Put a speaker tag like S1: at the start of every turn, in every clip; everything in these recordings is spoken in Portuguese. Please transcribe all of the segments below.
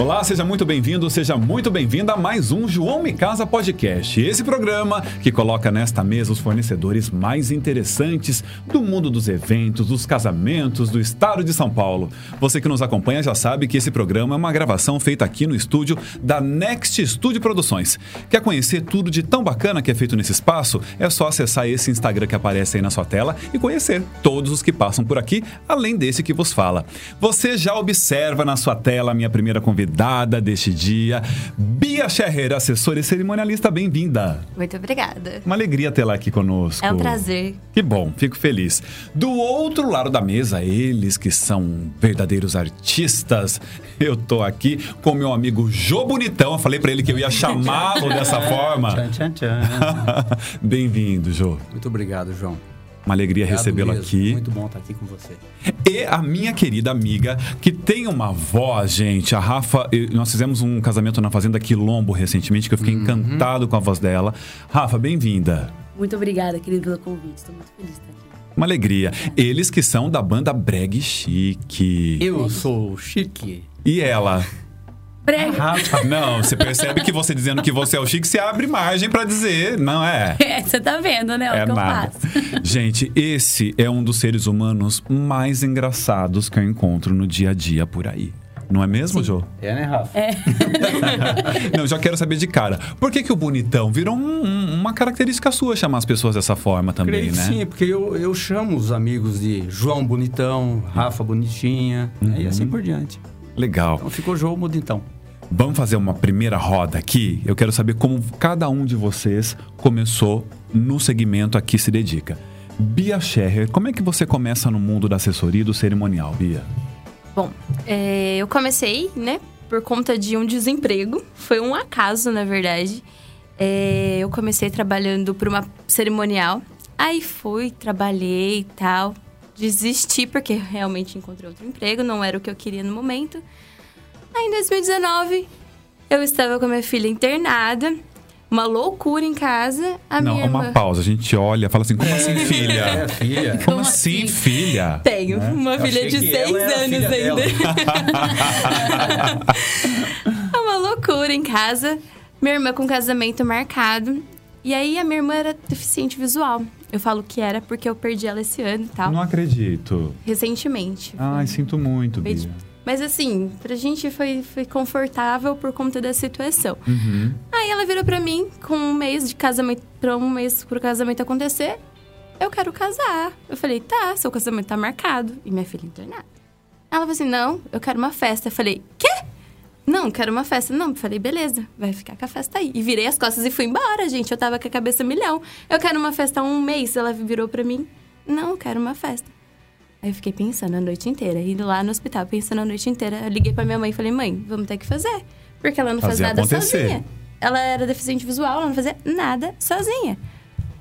S1: Olá, seja muito bem-vindo, seja muito bem-vinda a mais um João Me Casa Podcast. Esse programa que coloca nesta mesa os fornecedores mais interessantes do mundo dos eventos, dos casamentos, do estado de São Paulo. Você que nos acompanha já sabe que esse programa é uma gravação feita aqui no estúdio da Next Studio Produções. Quer conhecer tudo de tão bacana que é feito nesse espaço? É só acessar esse Instagram que aparece aí na sua tela e conhecer todos os que passam por aqui, além desse que vos fala. Você já observa na sua tela a minha primeira convidada deste dia, Bia Scherrer, assessora e cerimonialista, bem-vinda.
S2: Muito obrigada.
S1: Uma alegria tê-la aqui conosco.
S2: É um prazer.
S1: Que bom, fico feliz. Do outro lado da mesa, eles que são verdadeiros artistas, eu tô aqui com meu amigo Jô Bonitão. Eu falei pra ele que eu ia chamá-lo dessa forma.
S3: Tchan, tchan, tchan.
S1: Bem-vindo, Jô.
S3: Muito obrigado, João.
S1: Uma alegria
S3: Obrigado
S1: recebê-lo
S3: mesmo.
S1: aqui.
S3: Muito bom estar aqui com você.
S1: E a minha querida amiga, que tem uma voz, gente. A Rafa, eu- nós fizemos um casamento na Fazenda Quilombo recentemente, que eu
S3: Uhum.
S1: fiquei encantado com a voz dela. Rafa, bem-vinda.
S4: Muito obrigada, querido, pelo convite. Estou muito feliz de estar aqui.
S1: Uma alegria. Eles que são da banda Breg Chique.
S3: Eu sou o chique.
S1: E ela?
S4: Brega!
S1: Não, você percebe que você dizendo que você é o chique, você abre margem pra dizer, não é?
S4: É, você tá vendo, né? O
S1: É
S4: que eu
S1: nada.
S4: faço.
S1: Gente, esse é um dos seres humanos mais engraçados que eu encontro no dia a dia por aí. Não é mesmo, Jô?
S3: É, né, Rafa? É.
S1: Não, já quero saber de cara. Por que, que o bonitão virou um- um- uma característica sua chamar as pessoas dessa forma também,
S3: Creio que
S1: né?
S3: sim, porque eu, eu chamo os amigos de João Bonitão, Rafa Bonitinha,
S1: Uhum.
S3: né, e assim por diante.
S1: Legal.
S3: Então ficou João Bonitão.
S1: Vamos fazer uma primeira roda aqui? Eu quero saber como cada um de vocês começou no segmento a que se dedica. Bia Scherrer, como é que você começa no mundo da assessoria e do cerimonial, Bia?
S2: Bom, é, eu comecei, né, por conta de um desemprego. Foi um acaso, na verdade. É, eu comecei trabalhando por uma cerimonial. Aí fui, trabalhei e tal. Desisti porque realmente encontrei outro emprego, não era o que eu queria no momento. Aí em 2019, eu estava com a minha filha internada, uma loucura em casa. A
S1: Não,
S2: minha
S1: é uma
S2: irmã-
S1: pausa. A gente olha, fala assim, como assim,
S3: É,
S1: filha?
S3: filha.
S1: Como
S2: Como
S1: assim,
S2: assim?
S1: filha?
S2: Tenho uma
S3: Né? Eu
S2: filha
S3: achei
S2: de
S3: que ela
S2: seis
S3: era a
S2: anos
S3: filha
S2: ainda.
S3: dela.
S2: É uma loucura em casa. Minha irmã com casamento marcado. E aí a minha irmã era deficiente visual. Eu falo que era porque eu perdi ela esse ano e tal.
S1: Não acredito.
S2: Recentemente.
S3: Ah.
S1: Ai, sinto muito,
S2: Beijo.
S1: Bia.
S2: Mas assim, pra gente foi, foi confortável por conta da situação.
S3: Uhum.
S2: Aí ela virou pra mim com um mês de casamento, pra um mês pro casamento acontecer. Eu quero casar. Eu falei, tá, seu casamento tá marcado. E minha filha internada. Ela falou assim: não, eu quero uma festa. Eu falei, quê? Não, quero uma festa. Não, eu falei, beleza, vai ficar com a festa aí. E virei as costas e fui embora, gente. Eu tava com a cabeça milhão. Eu quero uma festa há um mês. Ela virou pra mim: não, eu quero uma festa. Aí eu fiquei pensando a noite inteira, indo lá no hospital, pensando a noite inteira. Eu liguei pra minha mãe e falei, mãe, vamos ter que fazer. Porque ela não faz
S1: Fazer
S2: nada
S1: acontecer.
S2: sozinha. Ela era deficiente visual, ela não fazia nada sozinha.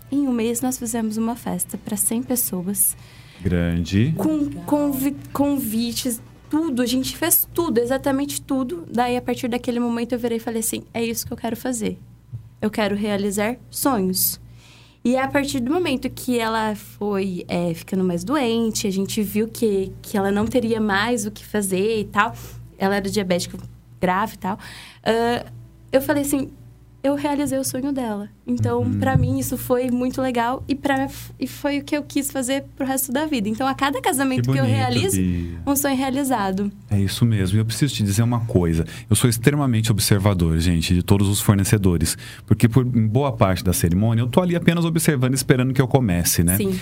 S2: Em um mês, nós fizemos uma festa pra 100 pessoas,
S1: Grande.
S2: com convi- convites, tudo. A gente fez tudo, exatamente tudo. Daí, a partir daquele momento, eu virei e falei assim: é isso que eu quero fazer. Eu quero realizar sonhos. E é a partir do momento que ela foi é, ficando mais doente, a gente viu que, que ela não teria mais o que fazer e tal. Ela era diabética grave e tal. Ah, eu falei assim, eu realizei o sonho dela. Então,
S1: Uhum.
S2: pra mim, isso foi muito legal e, pra, e foi o que eu quis fazer pro resto da vida. Então, a cada casamento que, eu
S1: bonito,
S2: realizo,
S1: Bia.
S2: um sonho realizado.
S1: É isso mesmo. E eu preciso te dizer uma coisa. Eu sou extremamente observador, gente, de todos os fornecedores. Porque por em boa parte da cerimônia, eu tô ali apenas observando, esperando que eu comece, né?
S2: Sim.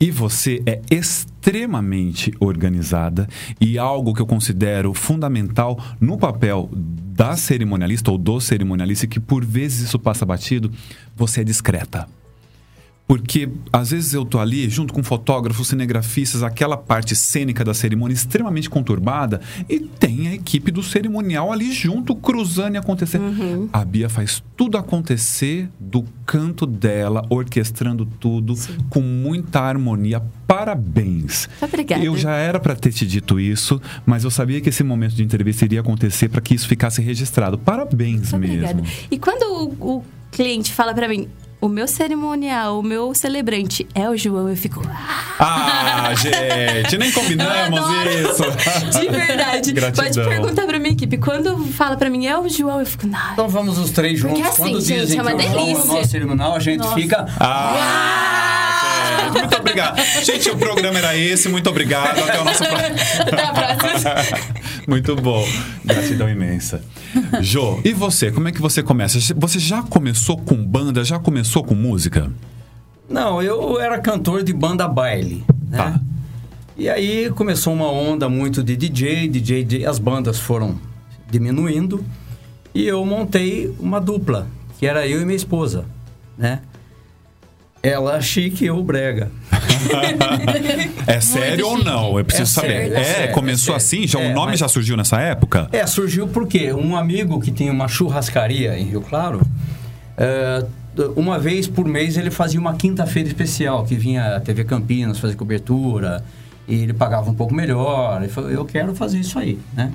S1: E você é extremamente organizada e algo que eu considero fundamental no papel da cerimonialista ou do cerimonialista, e que por vezes isso passa batido, você é discreta. Porque às vezes eu tô ali junto com fotógrafos, cinegrafistas, aquela parte cênica da cerimônia extremamente conturbada e tem a equipe do cerimonial ali junto, cruzando e acontecendo.
S2: Uhum.
S1: A Bia faz tudo acontecer do canto dela, orquestrando tudo com muita harmonia. Parabéns.
S2: Obrigada.
S1: Eu já era para ter te dito isso, mas eu sabia que esse momento de entrevista iria acontecer para que isso ficasse registrado. Parabéns
S2: Obrigada.
S1: mesmo.
S2: E quando o, o cliente fala pra mim, o meu cerimonial, o meu celebrante é o João, eu fico. "Ah,
S1: Ah, gente,
S2: é
S1: nem combinamos
S2: Eu adoro.
S1: é, isso.
S2: De verdade. Pode
S1: Gratidão.
S2: perguntar pra minha equipe. Quando fala pra mim é o João, eu fico, não.
S3: Então vamos os três juntos.
S2: Porque assim,
S3: Quando
S2: gente,
S3: dizem
S2: é uma
S3: que o João é o
S2: delícia.
S3: nosso cerimonial, a gente fica...
S1: Ah, gente, muito obrigado. Gente, o programa era esse. Muito obrigado. Até o nosso próximo.
S2: Até a próxima.
S1: Muito bom. Gratidão imensa. Jô, e você? Como é que você começa? Você já começou com banda? Já começou com música?
S3: Não, eu era cantor de banda baile, né?
S1: Tá.
S3: E aí começou uma onda muito de DJ, DJ, de- as bandas foram diminuindo e eu montei uma dupla, que era eu e minha esposa, né? Ela chique, eu brega.
S1: É sério ou não? Eu preciso
S3: É
S1: saber.
S3: sério,
S1: é,
S3: é sério,
S1: começou
S3: é
S1: assim?
S3: sério.
S1: Já, o
S3: É,
S1: nome
S3: mas-
S1: já surgiu nessa época?
S3: É, surgiu porque um amigo que tinha uma churrascaria em Rio Claro, eh, uma vez por mês ele fazia uma quinta-feira especial, que vinha a TV Campinas fazer cobertura, e ele pagava um pouco melhor. Ele falou, eu quero fazer isso aí, né?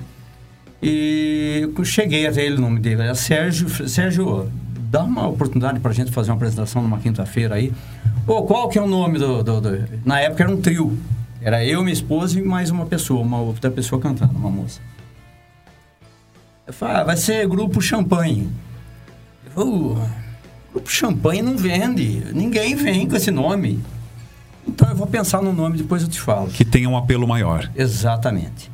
S3: E eu cheguei até ele, o nome dele era Sérgio. Falei, Sérgio, dá uma oportunidade pra gente fazer uma apresentação numa quinta-feira aí. Pô, qual que é o nome do, do- do- Na época era um trio. Era eu, minha esposa e mais uma pessoa, uma outra pessoa cantando, uma moça. Eu falei, ah, vai ser grupo champanhe. Eu falei, "Uh, grupo champanhe não vende. Ninguém vem com esse nome. Então eu vou pensar no nome, depois eu te falo.
S1: Que tenha um apelo maior.
S3: Exatamente.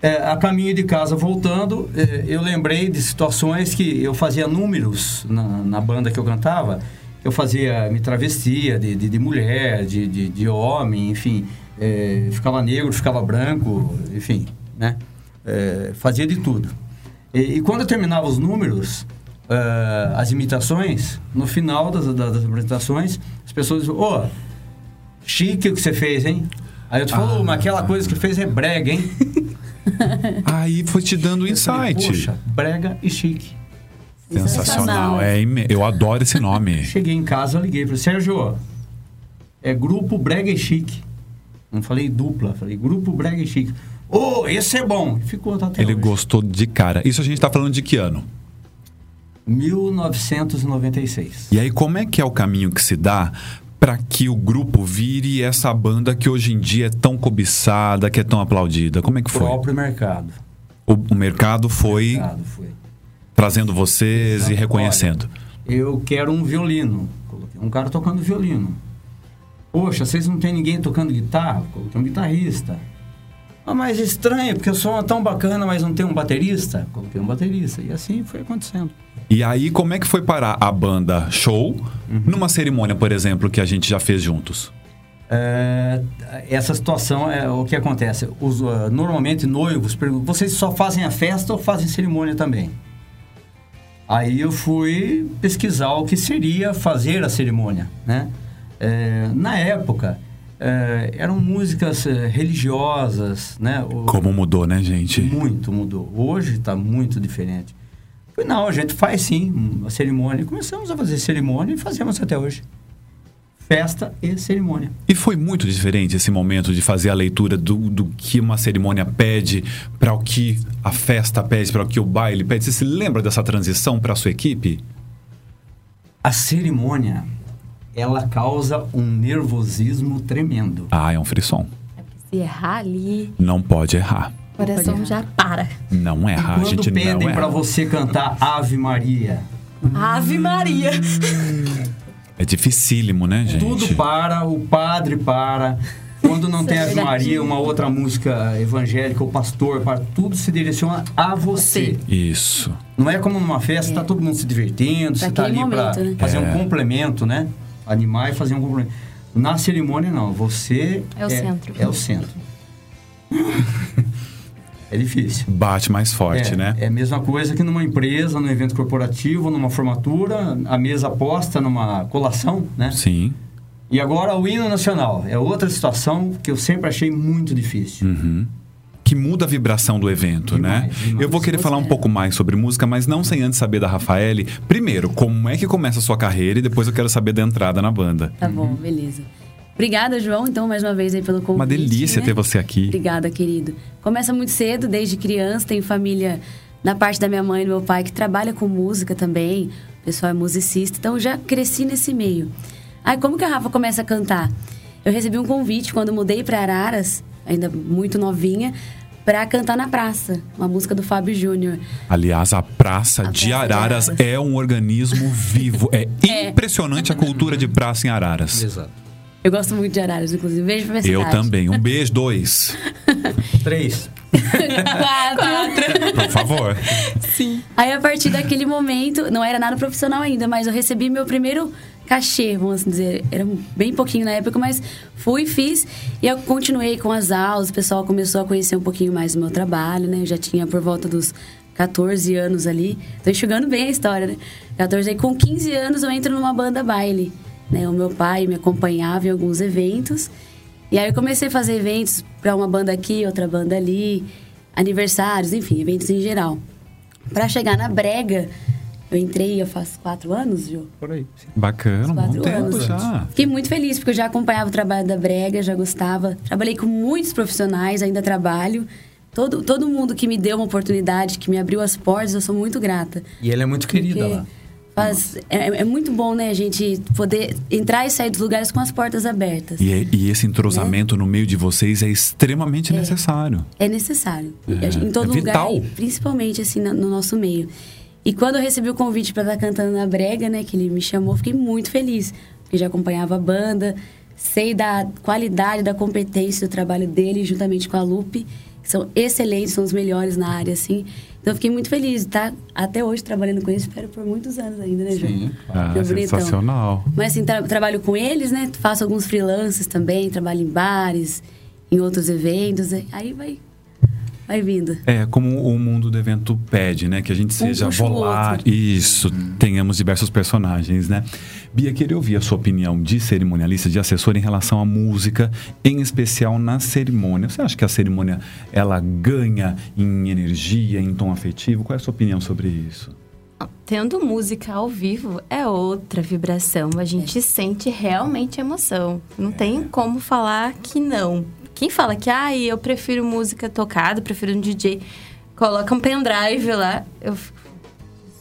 S3: É, a caminho de casa voltando, é, eu lembrei de situações que eu fazia números na, na banda que eu cantava. Eu fazia, me travestia de, de, de mulher, de, de, de homem, enfim. é, ficava negro, ficava branco, enfim, né? É, fazia de tudo. E, e quando eu terminava os números, é, as imitações, no final das, das, das apresentações, as pessoas diziam, ô, chique o que você fez, hein? Aí eu te falo, "Ô, mas aquela
S1: Ah.
S3: coisa que fez é brega, hein?
S1: Aí foi te dando insight.
S3: Poxa, brega e chique.
S1: Sensacional. É, ime- eu adoro esse nome.
S3: Cheguei em casa, liguei para Sérgio, é grupo brega e chique. Não falei dupla, falei grupo brega e chique. Ô, esse é bom! Ficou até
S1: Ele
S3: hoje.
S1: gostou de cara. Isso a gente tá falando de que ano?
S3: 1996.
S1: E aí, como é que é o caminho que se dá para que o grupo vire essa banda que hoje em dia é tão cobiçada, que é tão aplaudida? Como é que foi?
S3: Próprio mercado.
S1: O, o mercado foi
S3: Mercado foi.
S1: trazendo vocês e
S3: Olha,
S1: reconhecendo.
S3: Eu quero um violino. Coloquei um cara tocando violino. Poxa, vocês não tem ninguém tocando guitarra? Coloquei um guitarrista. Ah, mas estranho, porque o som é tão bacana, mas não tem um baterista? Coloquei um baterista. E assim foi acontecendo.
S1: E aí, como é que foi parar a banda show
S3: Uhum.
S1: numa cerimônia, por exemplo, que a gente já fez juntos?
S3: É, essa situação é o que acontece. Os, ah, normalmente noivos perguntam: vocês só fazem a festa ou fazem cerimônia também? Aí eu fui pesquisar o que seria fazer a cerimônia, né? É, na época é, eram músicas eh, religiosas, né? O-
S1: Como mudou, né, gente?
S3: muito mudou. Hoje está muito diferente. Falei, não, a gente faz sim uma cerimônia. Começamos a fazer cerimônia e fazemos até hoje. Festa e cerimônia.
S1: E foi muito diferente esse momento de fazer a leitura do, do que uma cerimônia pede, para o que a festa pede, para o que o baile pede. Você se lembra dessa transição para sua equipe?
S3: A cerimônia, ela causa um nervosismo tremendo.
S1: Ah, é um frisson.
S4: É porque se errar ali,
S1: Não pode errar.
S4: o coração
S2: Olha.
S4: já para.
S1: Não errar, Ah, a
S3: Quando
S1: gente não
S3: pedem pra
S1: erra.
S3: você cantar Ave Maria,
S2: Ave Maria.
S1: É dificílimo, né, gente?
S3: tudo para, o padre para. Quando não tem
S4: é
S3: Ave
S4: verdade.
S3: Maria, uma outra música evangélica, o pastor para, tudo se direciona a você.
S4: Sim.
S1: Isso.
S3: Não é como numa festa, tá todo mundo se divertindo, você tá ali
S4: Daquele
S3: pra
S4: momento, né?
S3: fazer
S1: É.
S3: um complemento, né? Animar e fazer um complemento. Na cerimônia, não. Você
S4: É o centro.
S3: É o centro. é difícil.
S1: Bate mais forte,
S3: é,
S1: né?
S3: é a mesma coisa que numa empresa, num evento corporativo, numa formatura, a mesa posta numa colação, né?
S1: Sim.
S3: E agora o hino nacional. É outra situação que eu sempre achei muito difícil.
S1: Que muda a vibração do evento, né?
S3: Demais, demais.
S1: Eu vou querer falar um pouco mais sobre música, mas não sem antes saber da Rafaele. Primeiro, como é que começa a sua carreira e depois eu quero saber da entrada na banda.
S4: Tá bom, beleza. Obrigada, João, então, mais uma vez aí pelo convite.
S1: Uhum. Uma delícia
S4: né?
S1: ter você aqui.
S4: Obrigada, querido. Começa muito cedo, desde criança, tenho família na parte da minha mãe e do meu pai que trabalha com música também. O pessoal é musicista, então eu já cresci nesse meio. Aí como que a Rafa começa a cantar? Eu recebi um convite quando mudei para Araras, ainda muito novinha, para cantar na praça, uma música do Fábio Júnior.
S1: Aliás, a Praça,
S4: A
S1: de,
S4: Praça de
S1: Araras
S4: Araras.
S1: é um organismo vivo. É,
S4: É.
S1: impressionante a cultura de praça em Araras.
S3: Exato.
S4: Eu gosto muito de Araras, inclusive. Beijo pra minha
S1: Eu
S4: cidade.
S1: também. Um beijo, dois.
S3: Três.
S4: Quatro.
S1: Por favor.
S4: Aí a partir daquele momento, não era nada profissional ainda, mas eu recebi meu primeiro cachê, vamos assim dizer. Era bem pouquinho na época, mas fui, fiz. E eu continuei com as aulas, o pessoal começou a conhecer um pouquinho mais o meu trabalho, né? Eu já tinha por volta dos 14 anos ali. Tô enxugando bem a história, né? 14, aí com 15 anos eu entro numa banda baile. Né? O meu pai me acompanhava em alguns eventos. E aí eu comecei a fazer eventos para uma banda aqui, outra banda ali, aniversários, enfim, eventos em geral. Pra chegar na brega, eu entrei, eu faço quatro anos, viu?
S3: Por aí.
S1: Bacana, um bom
S4: Quatro
S1: tempo
S4: anos.
S1: já.
S4: Fiquei muito feliz, porque eu já acompanhava o trabalho da Brega, já gostava. Trabalhei com muitos profissionais, ainda trabalho. Todo, todo mundo que me deu uma oportunidade, que me abriu as portas, eu sou muito grata.
S3: E ela é muito querida
S4: Porque
S3: lá.
S4: faz- é, é muito bom, né, a gente poder entrar e sair dos lugares com as portas abertas.
S1: E, é, e esse entrosamento no meio de vocês é extremamente necessário.
S4: É necessário.
S1: É,
S4: em todo
S1: é
S4: lugar,
S1: vital.
S4: e principalmente assim na- no nosso meio. E quando eu recebi o convite para estar cantando na Brega, né, que ele me chamou, fiquei muito feliz, porque já acompanhava a banda, sei da qualidade, da competência do trabalho dele juntamente com a Lupe, que são excelentes, são os melhores na área assim. Então eu fiquei muito feliz, tá? Até hoje trabalhando com eles, espero por muitos anos ainda, né, João?
S3: Sim,
S1: Ah,
S4: Meu bonitão.
S1: sensacional.
S4: Mas assim, tra- trabalho com eles, né? Faço alguns freelances também, trabalho em bares, em outros eventos. né? Aí vai, vai vindo.
S1: É, como o mundo do evento pede, né? Que a gente seja
S4: Um puxa o
S1: volátil.
S4: outro.
S1: Isso, tenhamos diversos personagens, né? Bia, queria ouvir a sua opinião de cerimonialista, de assessor em relação à música, em especial na cerimônia. Você acha que a cerimônia, ela ganha em energia, em tom afetivo? Qual é a sua opinião sobre isso?
S2: Tendo música ao vivo é outra vibração. A gente sente realmente emoção. Não tem como falar que não. Quem fala que, ah, eu prefiro música tocada, prefiro um DJ, coloca um pendrive lá. Eu fico,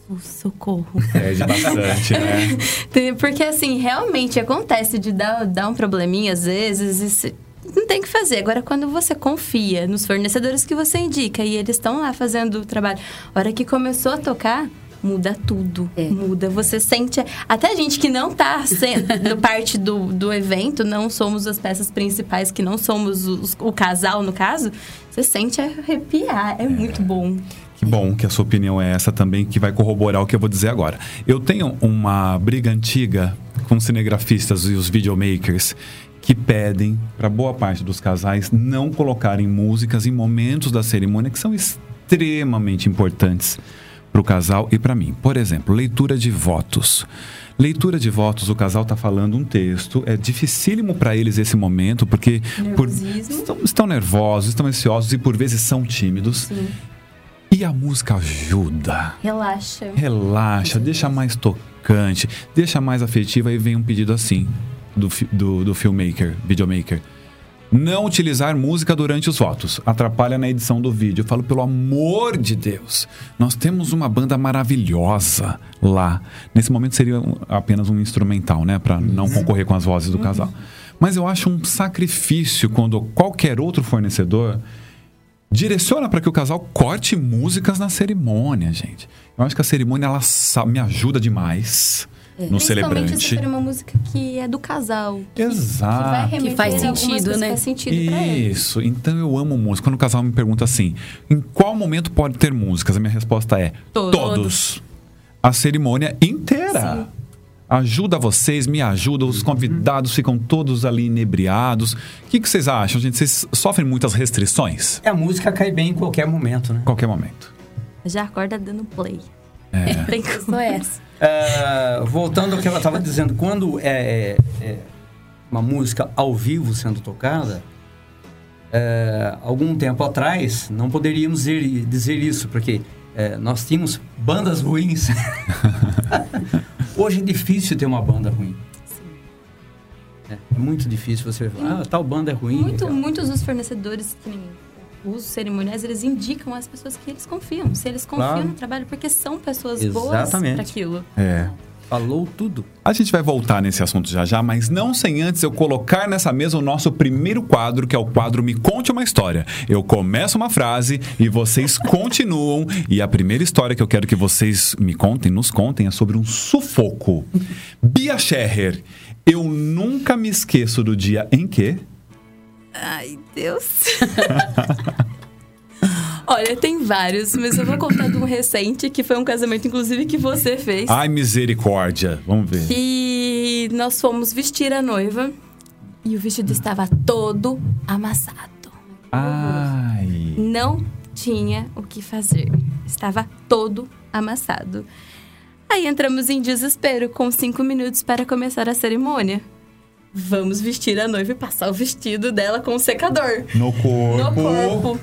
S2: Jesus, socorro.
S1: Pede bastante, né?
S2: Tem- Porque, assim, realmente acontece de dar, dar um probleminha às vezes e se- não tem o que fazer. Agora, quando você confia nos fornecedores que você indica e eles estão lá fazendo o trabalho, a hora que começou a tocar, muda tudo.
S4: É.
S2: Muda. Você sente. Até a gente que não tá sendo parte do, do evento, não somos as peças principais, que não somos os- o casal, no caso, você sente arrepiar. É, muito bom.
S1: Que bom que a sua opinião é essa também, que vai corroborar o que eu vou dizer agora. Eu tenho uma briga antiga com os cinegrafistas e os videomakers que pedem para boa parte dos casais não colocarem músicas em momentos da cerimônia que são extremamente importantes para o casal e para mim. Por exemplo, leitura de votos. Leitura de votos, o casal está falando um texto, é dificílimo para eles esse momento, porque por-
S2: Nervosismo.
S1: estão, estão nervosos, estão ansiosos e por vezes são tímidos. E a música ajuda.
S2: Relaxa.
S1: Relaxa, deixa mais tocante, deixa mais afetiva e vem um pedido assim do, fi- do, do filmmaker, videomaker. Não utilizar música durante os votos. Atrapalha na edição do vídeo. Eu falo, pelo amor de Deus, nós temos uma banda maravilhosa lá. Nesse momento seria um- apenas um instrumental, né? Pra não concorrer com as vozes do casal. Mas eu acho um sacrifício quando qualquer outro fornecedor direciona para que o casal corte músicas na cerimônia, gente. Eu acho que a cerimônia ela sa- me ajuda demais no
S2: É, Principalmente se
S1: celebrante.
S2: for uma música que é do casal. que vai
S1: Exato.
S2: remeter
S4: Que faz
S2: a algumas
S4: sentido,
S2: coisas
S4: né?
S2: que Faz sentido pra ele.
S1: Isso, então eu amo música. Quando o casal me pergunta assim, em qual momento pode ter músicas? A minha resposta é
S2: Todos.
S1: todos. A cerimônia inteira. Ajuda vocês, me ajuda,
S2: Uhum.
S1: os convidados ficam todos ali inebriados. O que, que vocês acham, gente? Vocês sofrem muitas restrições?
S3: E a música cai bem em qualquer momento, né?
S1: Qualquer momento.
S2: Já acorda dando play. É. Tem que
S4: Sou essa.
S3: É, voltando ao que ela estava dizendo, quando é, é uma música ao vivo sendo tocada, é, algum tempo atrás, não poderíamos dizer, dizer isso, porque é, nós tínhamos bandas ruins. Hoje é difícil ter uma banda ruim. É, é muito difícil você falar, ah, tal banda é ruim.
S2: Muito,
S3: aquela.
S2: muitos dos fornecedores que nem os cerimoniais, eles indicam às pessoas que eles confiam. Se eles confiam
S3: Claro.
S2: no trabalho, porque são pessoas boas
S3: Exatamente.
S2: para aquilo.
S1: É.
S3: Falou tudo.
S1: A gente vai voltar nesse assunto já já, mas não sem antes eu colocar nessa mesa o nosso primeiro quadro, que é o quadro Me Conte uma História. Eu começo uma frase e vocês continuam. E a primeira história que eu quero que vocês me contem, nos contem, é sobre um sufoco. Bia Scherrer, eu nunca me esqueço do dia em que.
S2: Ai, Deus. Olha, tem vários, mas eu vou contar de um recente, que foi um casamento, inclusive, que você fez.
S1: Ai, misericórdia. Vamos ver.
S2: Que nós fomos vestir a noiva e o vestido estava todo amassado.
S1: Ai.
S2: Não tinha o que fazer. Estava todo amassado. Aí entramos em desespero com cinco minutos para começar a cerimônia. Vamos vestir a noiva e passar o vestido dela com o secador.
S1: No corpo.
S2: No corpo.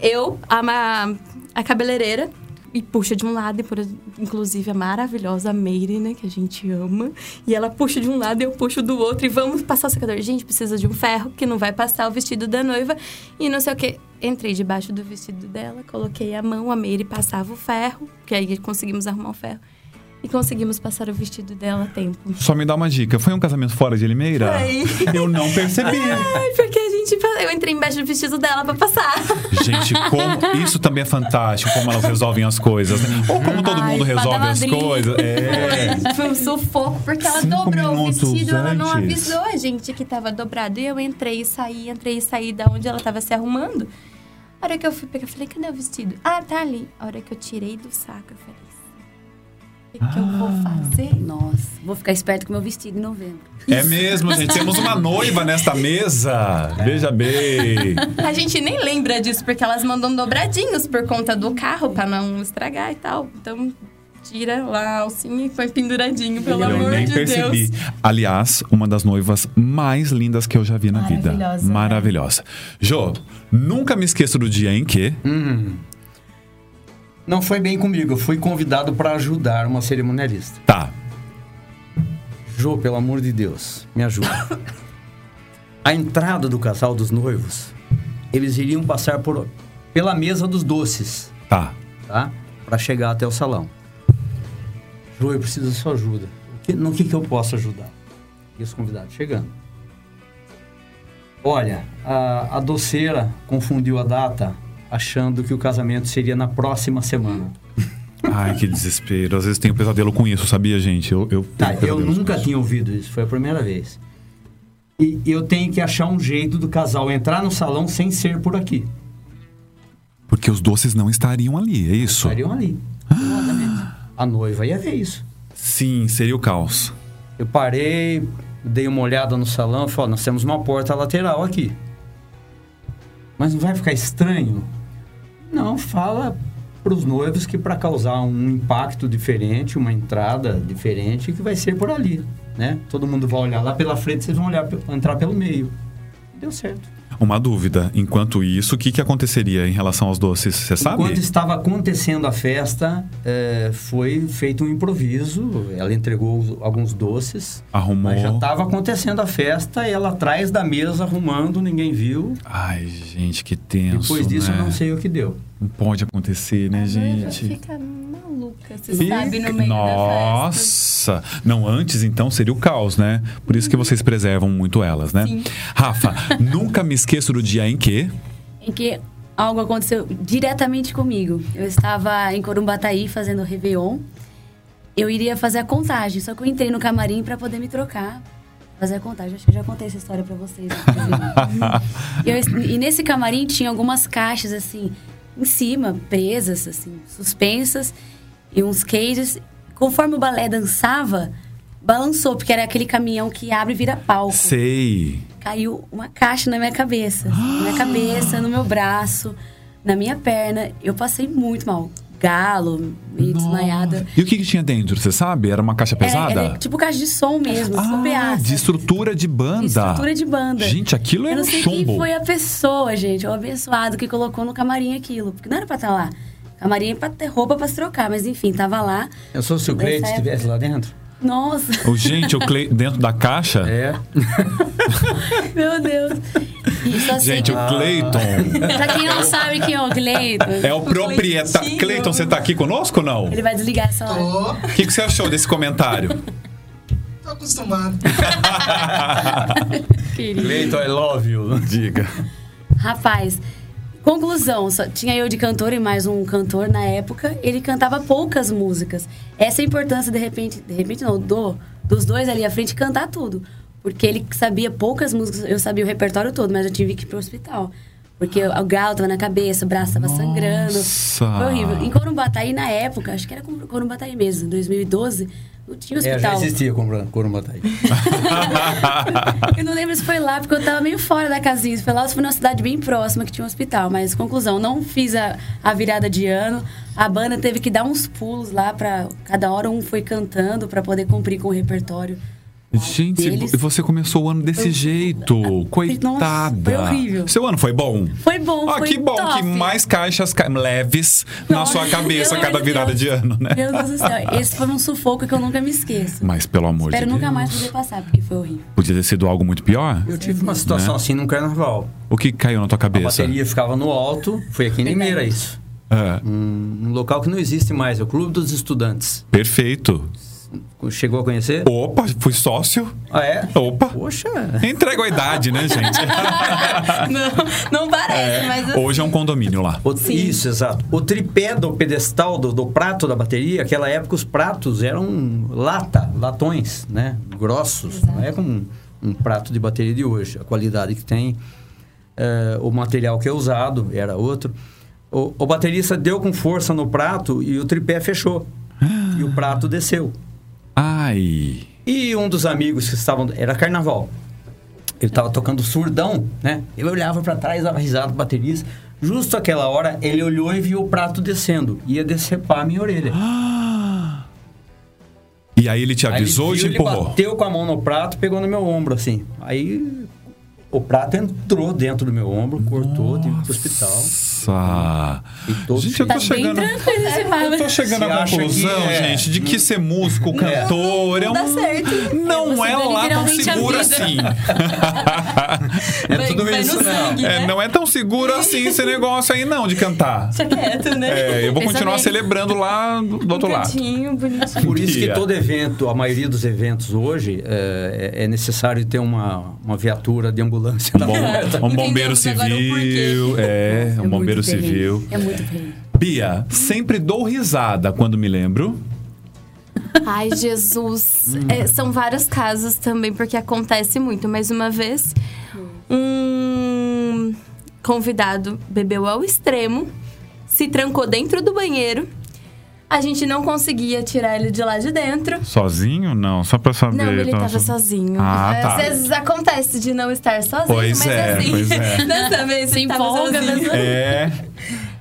S2: Eu, a, ma- a cabeleireira, e puxa de um lado, e por, inclusive a maravilhosa Meire, né, que a gente ama. E ela puxa de um lado e eu puxo do outro. E vamos passar o secador. Gente, precisa de um ferro que não vai passar o vestido da noiva. E não sei o quê. Entrei debaixo do vestido dela, coloquei a mão, a Meire passava o ferro, que aí conseguimos arrumar o ferro. E conseguimos passar o vestido dela a tempo.
S1: Só me dá uma dica. Foi um casamento fora de Limeira?
S2: Ai.
S1: Eu não percebi.
S2: Ai, porque a gente. Eu entrei embaixo do vestido dela pra passar.
S1: Gente, como isso também é fantástico, como elas resolvem as coisas. Né? Ou como todo
S4: Ai,
S1: mundo resolve as
S4: espadadinha.
S1: coisas. É.
S2: Foi um sufoco, porque ela
S1: Cinco
S2: dobrou o
S1: minutos
S2: vestido, ela não
S1: antes.
S2: avisou a gente que tava dobrado. E eu entrei e saí, entrei e saí da onde ela tava se arrumando. A hora que eu fui pegar, eu falei, cadê o vestido? Ah, tá ali. A hora que eu tirei do saco, eu falei, o que, que eu vou
S1: Ah.
S2: fazer?
S4: Nossa, vou ficar esperto com meu vestido em novembro.
S1: É mesmo, gente. Temos uma noiva nesta mesa. Veja bem.
S2: A gente nem lembra disso, porque elas mandam dobradinhos por conta do carro, pra não estragar e tal. Então, tira lá a alcinha e põe penduradinho, pelo
S1: eu
S2: amor
S1: nem
S2: de
S1: percebi.
S2: Deus.
S1: Aliás, uma das noivas mais lindas que eu já vi na vida.
S2: Maravilhosa, né?
S1: Maravilhosa. Jô, nunca me esqueço do dia em que.
S2: Hum.
S3: Não foi bem comigo, eu fui convidado para ajudar uma cerimonialista.
S1: Tá.
S3: Jô, pelo amor de Deus, me ajuda. A entrada do casal dos noivos, eles iriam passar por, pela mesa dos doces,
S1: Tá.
S3: tá? Para chegar até o salão. Jô, eu preciso da sua ajuda. O que- no que, que eu posso ajudar? E os convidados chegando. Olha, a, a doceira confundiu a data, achando que o casamento seria na próxima semana.
S1: Ai, que desespero. Às vezes tenho pesadelo com isso, sabia, gente? Eu, eu,
S3: Tá,
S1: tenho um
S3: eu
S1: pesadelos com
S3: nunca
S1: isso.
S3: tinha ouvido isso, foi a primeira vez. E eu tenho que achar um jeito do casal entrar no salão sem ser por aqui.
S1: Porque os doces não estariam ali, é isso?
S3: Estariam ali. A noiva ia ver isso.
S1: Sim, seria o caos.
S3: Eu parei, dei uma olhada no salão, falei, ó, nós temos uma porta lateral aqui. Mas não vai ficar estranho? Não, fala para os noivos que para causar um impacto diferente, uma entrada diferente, que vai ser por ali, né? Todo mundo vai olhar lá pela frente, vocês vão olhar, pe- entrar pelo meio. Deu certo.
S1: Uma dúvida. Enquanto isso, o que, que aconteceria em relação aos doces? Você sabe?
S3: Enquanto estava acontecendo a festa, eh, foi feito um improviso. Ela entregou os- alguns doces.
S1: Arrumou.
S3: Mas já tá. estava acontecendo a festa e ela atrás da mesa arrumando, ninguém viu.
S1: Ai, gente, que tenso.
S3: Depois disso,
S1: né?
S3: eu não sei o que deu.
S1: Não pode acontecer, né, gente?
S2: Fica maluca, você
S1: Fica-
S2: sabe, no meio da festa.
S1: Nossa! Não, antes então seria o caos, né? Por isso que vocês preservam muito elas, né?
S2: Sim.
S1: Rafa, nunca me esqueço do dia em que.
S4: Em que algo aconteceu diretamente comigo. Eu estava em Corumbataí fazendo o Réveillon. Eu iria fazer a contagem, só que eu entrei no camarim para poder me trocar, fazer a contagem. Acho que eu já contei essa história para vocês. né? inclusive. e, eu- e nesse camarim tinha algumas caixas assim em cima, presas assim, suspensas e uns cages. Conforme o balé dançava, balançou porque era aquele caminhão que abre e vira palco
S1: Sei.
S4: caiu uma caixa na minha cabeça. assim, na minha cabeça, no meu braço, na minha perna. Eu passei muito mal. Galo, meio desmaiada.
S1: E o que, que tinha dentro? Você sabe? Era uma caixa
S4: Era,
S1: pesada?
S4: era tipo caixa de som mesmo,
S1: ah,
S4: PA,
S1: de
S4: sabe?
S1: estrutura de banda.
S4: De estrutura de banda.
S1: Gente, aquilo
S4: Eu
S1: era
S4: não
S1: um
S4: sei
S1: chumbo.
S4: quem foi a pessoa, gente, o abençoado que colocou no camarim aquilo. Porque não era pra tá estar lá. Camarim é pra ter roupa pra se trocar, mas enfim, tava lá.
S3: Eu sou se o Cleiton
S4: Nessa
S3: estivesse lá dentro.
S4: Nossa,
S1: O gente, o Clay dentro da caixa.
S3: É.
S4: meu Deus. E só sei
S1: Gente,
S4: que-
S1: o Cleiton
S4: Pra quem não sabe quem é o Cleiton,
S1: é o proprietário.
S5: Cleitinho.
S1: Cleiton, você tá aqui conosco ou não?
S4: ele vai desligar essa hora.
S5: Tô,
S1: O que, que você achou desse comentário?
S5: tô acostumado.
S3: Cleiton, I love you.
S1: Diga.
S4: Rapaz, conclusão, só tinha eu de cantor e mais um cantor na época, ele cantava poucas músicas. Essa é a importância, de repente, de repente não, do, dos dois ali à frente cantar tudo. Porque ele sabia poucas músicas, eu sabia o repertório todo, mas eu tive que ir pro hospital. Porque o galo tava na cabeça, o braço tava sangrando.
S1: Nossa.
S4: Foi horrível. Em Corumbataí, na época, acho que era Corumbataí mesmo, em 2012, não tinha
S3: É,
S4: hospital.
S3: já existia com Corumbataí.
S4: Eu não lembro se foi lá, porque eu tava meio fora da casinha. Se foi lá, se foi numa cidade bem próxima que tinha um hospital. Mas, conclusão, não fiz a, a virada de ano. A banda teve que dar uns pulos lá pra. Cada hora um foi cantando pra poder cumprir com o repertório.
S1: Gente,
S4: Deles.
S1: e você começou o ano desse
S4: Foi-
S1: jeito. Coitada.
S4: foi horrível.
S1: Seu ano foi bom?
S4: Foi bom,
S1: Ah,
S4: foi
S1: que bom
S4: top.
S1: que mais caixas ca- leves na
S4: Nossa,
S1: sua cabeça a
S4: meu
S1: cada
S4: Deus.
S1: virada de ano, né?
S4: Meu Deus do céu, esse foi um sufoco que eu nunca me esqueço.
S1: Mas pelo amor
S4: Espero
S1: de
S4: nunca
S1: Deus.
S4: mais poder passar, porque foi horrível.
S1: Podia ter sido algo muito pior?
S3: Eu tive uma situação assim num carnaval.
S1: O que caiu na tua
S3: A
S1: cabeça?
S3: bateria ficava no alto, foi aqui em Limeira isso.
S1: É,
S3: Um, um local que não existe mais, é o Clube dos Estudantes.
S1: perfeito.
S3: Chegou a conhecer?
S1: Opa, fui sócio.
S3: Ah, é?
S1: Opa.
S3: Poxa.
S1: Entrego a idade, né, gente?
S5: Não, não parece, mas assim,
S1: Hoje é um condomínio lá.
S3: O- isso, exato. O tripé do pedestal do, do prato da bateria, aquela época os pratos eram lata, latões, né? Grossos. Não é como um, um prato de bateria de hoje. A qualidade que tem, eh, o material que é usado era outro. O, o baterista deu com força no prato e o tripé fechou. e o prato desceu.
S1: Ai.
S3: E um dos amigos que estavam. Era carnaval. Ele estava tocando surdão, né? Ele olhava para trás, dava risada do baterista. Justo aquela hora, ele olhou e viu o prato descendo. Ia decepar a minha orelha.
S1: Ah, E aí ele te
S3: Aí ele
S1: avisou e
S3: viu,
S1: te
S3: ele
S1: empurrou.
S3: bateu com a mão no prato, pegou no meu ombro, assim. Aí o prato entrou dentro do meu ombro, cortou, tive que ir pro hospital.
S1: Nossa.
S3: E todos
S1: Gente, eu
S4: Tá
S1: tô
S3: ficam-
S1: chegando.
S4: bem tranquilo esse papo.
S1: Eu tô chegando
S3: Você
S1: à
S3: acha que
S1: conclusão,
S3: é?
S1: gente, de que ser músico, cantor, é
S5: não dá
S1: um-
S5: certo.
S1: não
S4: Você
S1: é lá
S4: vê
S1: tão
S4: literalmente a
S1: seguro
S4: vida.
S1: assim.
S3: É tudo
S5: vai
S3: isso,
S5: no
S3: não.
S5: sangue,
S1: É,
S5: né?
S1: não é tão seguro assim esse negócio aí, não, de cantar.
S5: Deixa quieto, né?
S1: É, eu vou
S4: Pensa
S1: continuar
S4: bem.
S1: celebrando lá do do outro
S2: um
S1: lado.
S2: cantinho bonitinho.
S3: Por isso que
S1: Dia.
S3: todo evento, a maioria dos eventos hoje, é, é- é necessário ter uma, uma viatura de ambulância na
S1: Bom-
S3: porta.
S1: um bombeiro
S5: Entendemos agora o
S1: civil, é, um
S4: muito
S1: bombeiro
S4: perrengue,
S1: civil.
S4: É muito bem.
S1: Bia, sempre dou risada quando me lembro.
S2: Ai, Jesus. É, são vários casos também, porque acontece muito. Mais uma vez, um convidado bebeu ao extremo, se trancou dentro do banheiro. A gente não conseguia tirar ele de lá de dentro.
S1: Sozinho? Não, só pra saber.
S2: Não, ele
S1: Então,
S2: tava
S1: so-
S2: sozinho.
S1: Ah, tá.
S2: Às vezes acontece de não estar sozinho,
S1: Pois
S2: mas
S1: é,
S2: assim.
S1: pois é.
S2: Dessa vez
S4: Se
S2: ele tava
S4: empolga,
S2: sozinho.
S4: né?
S1: É.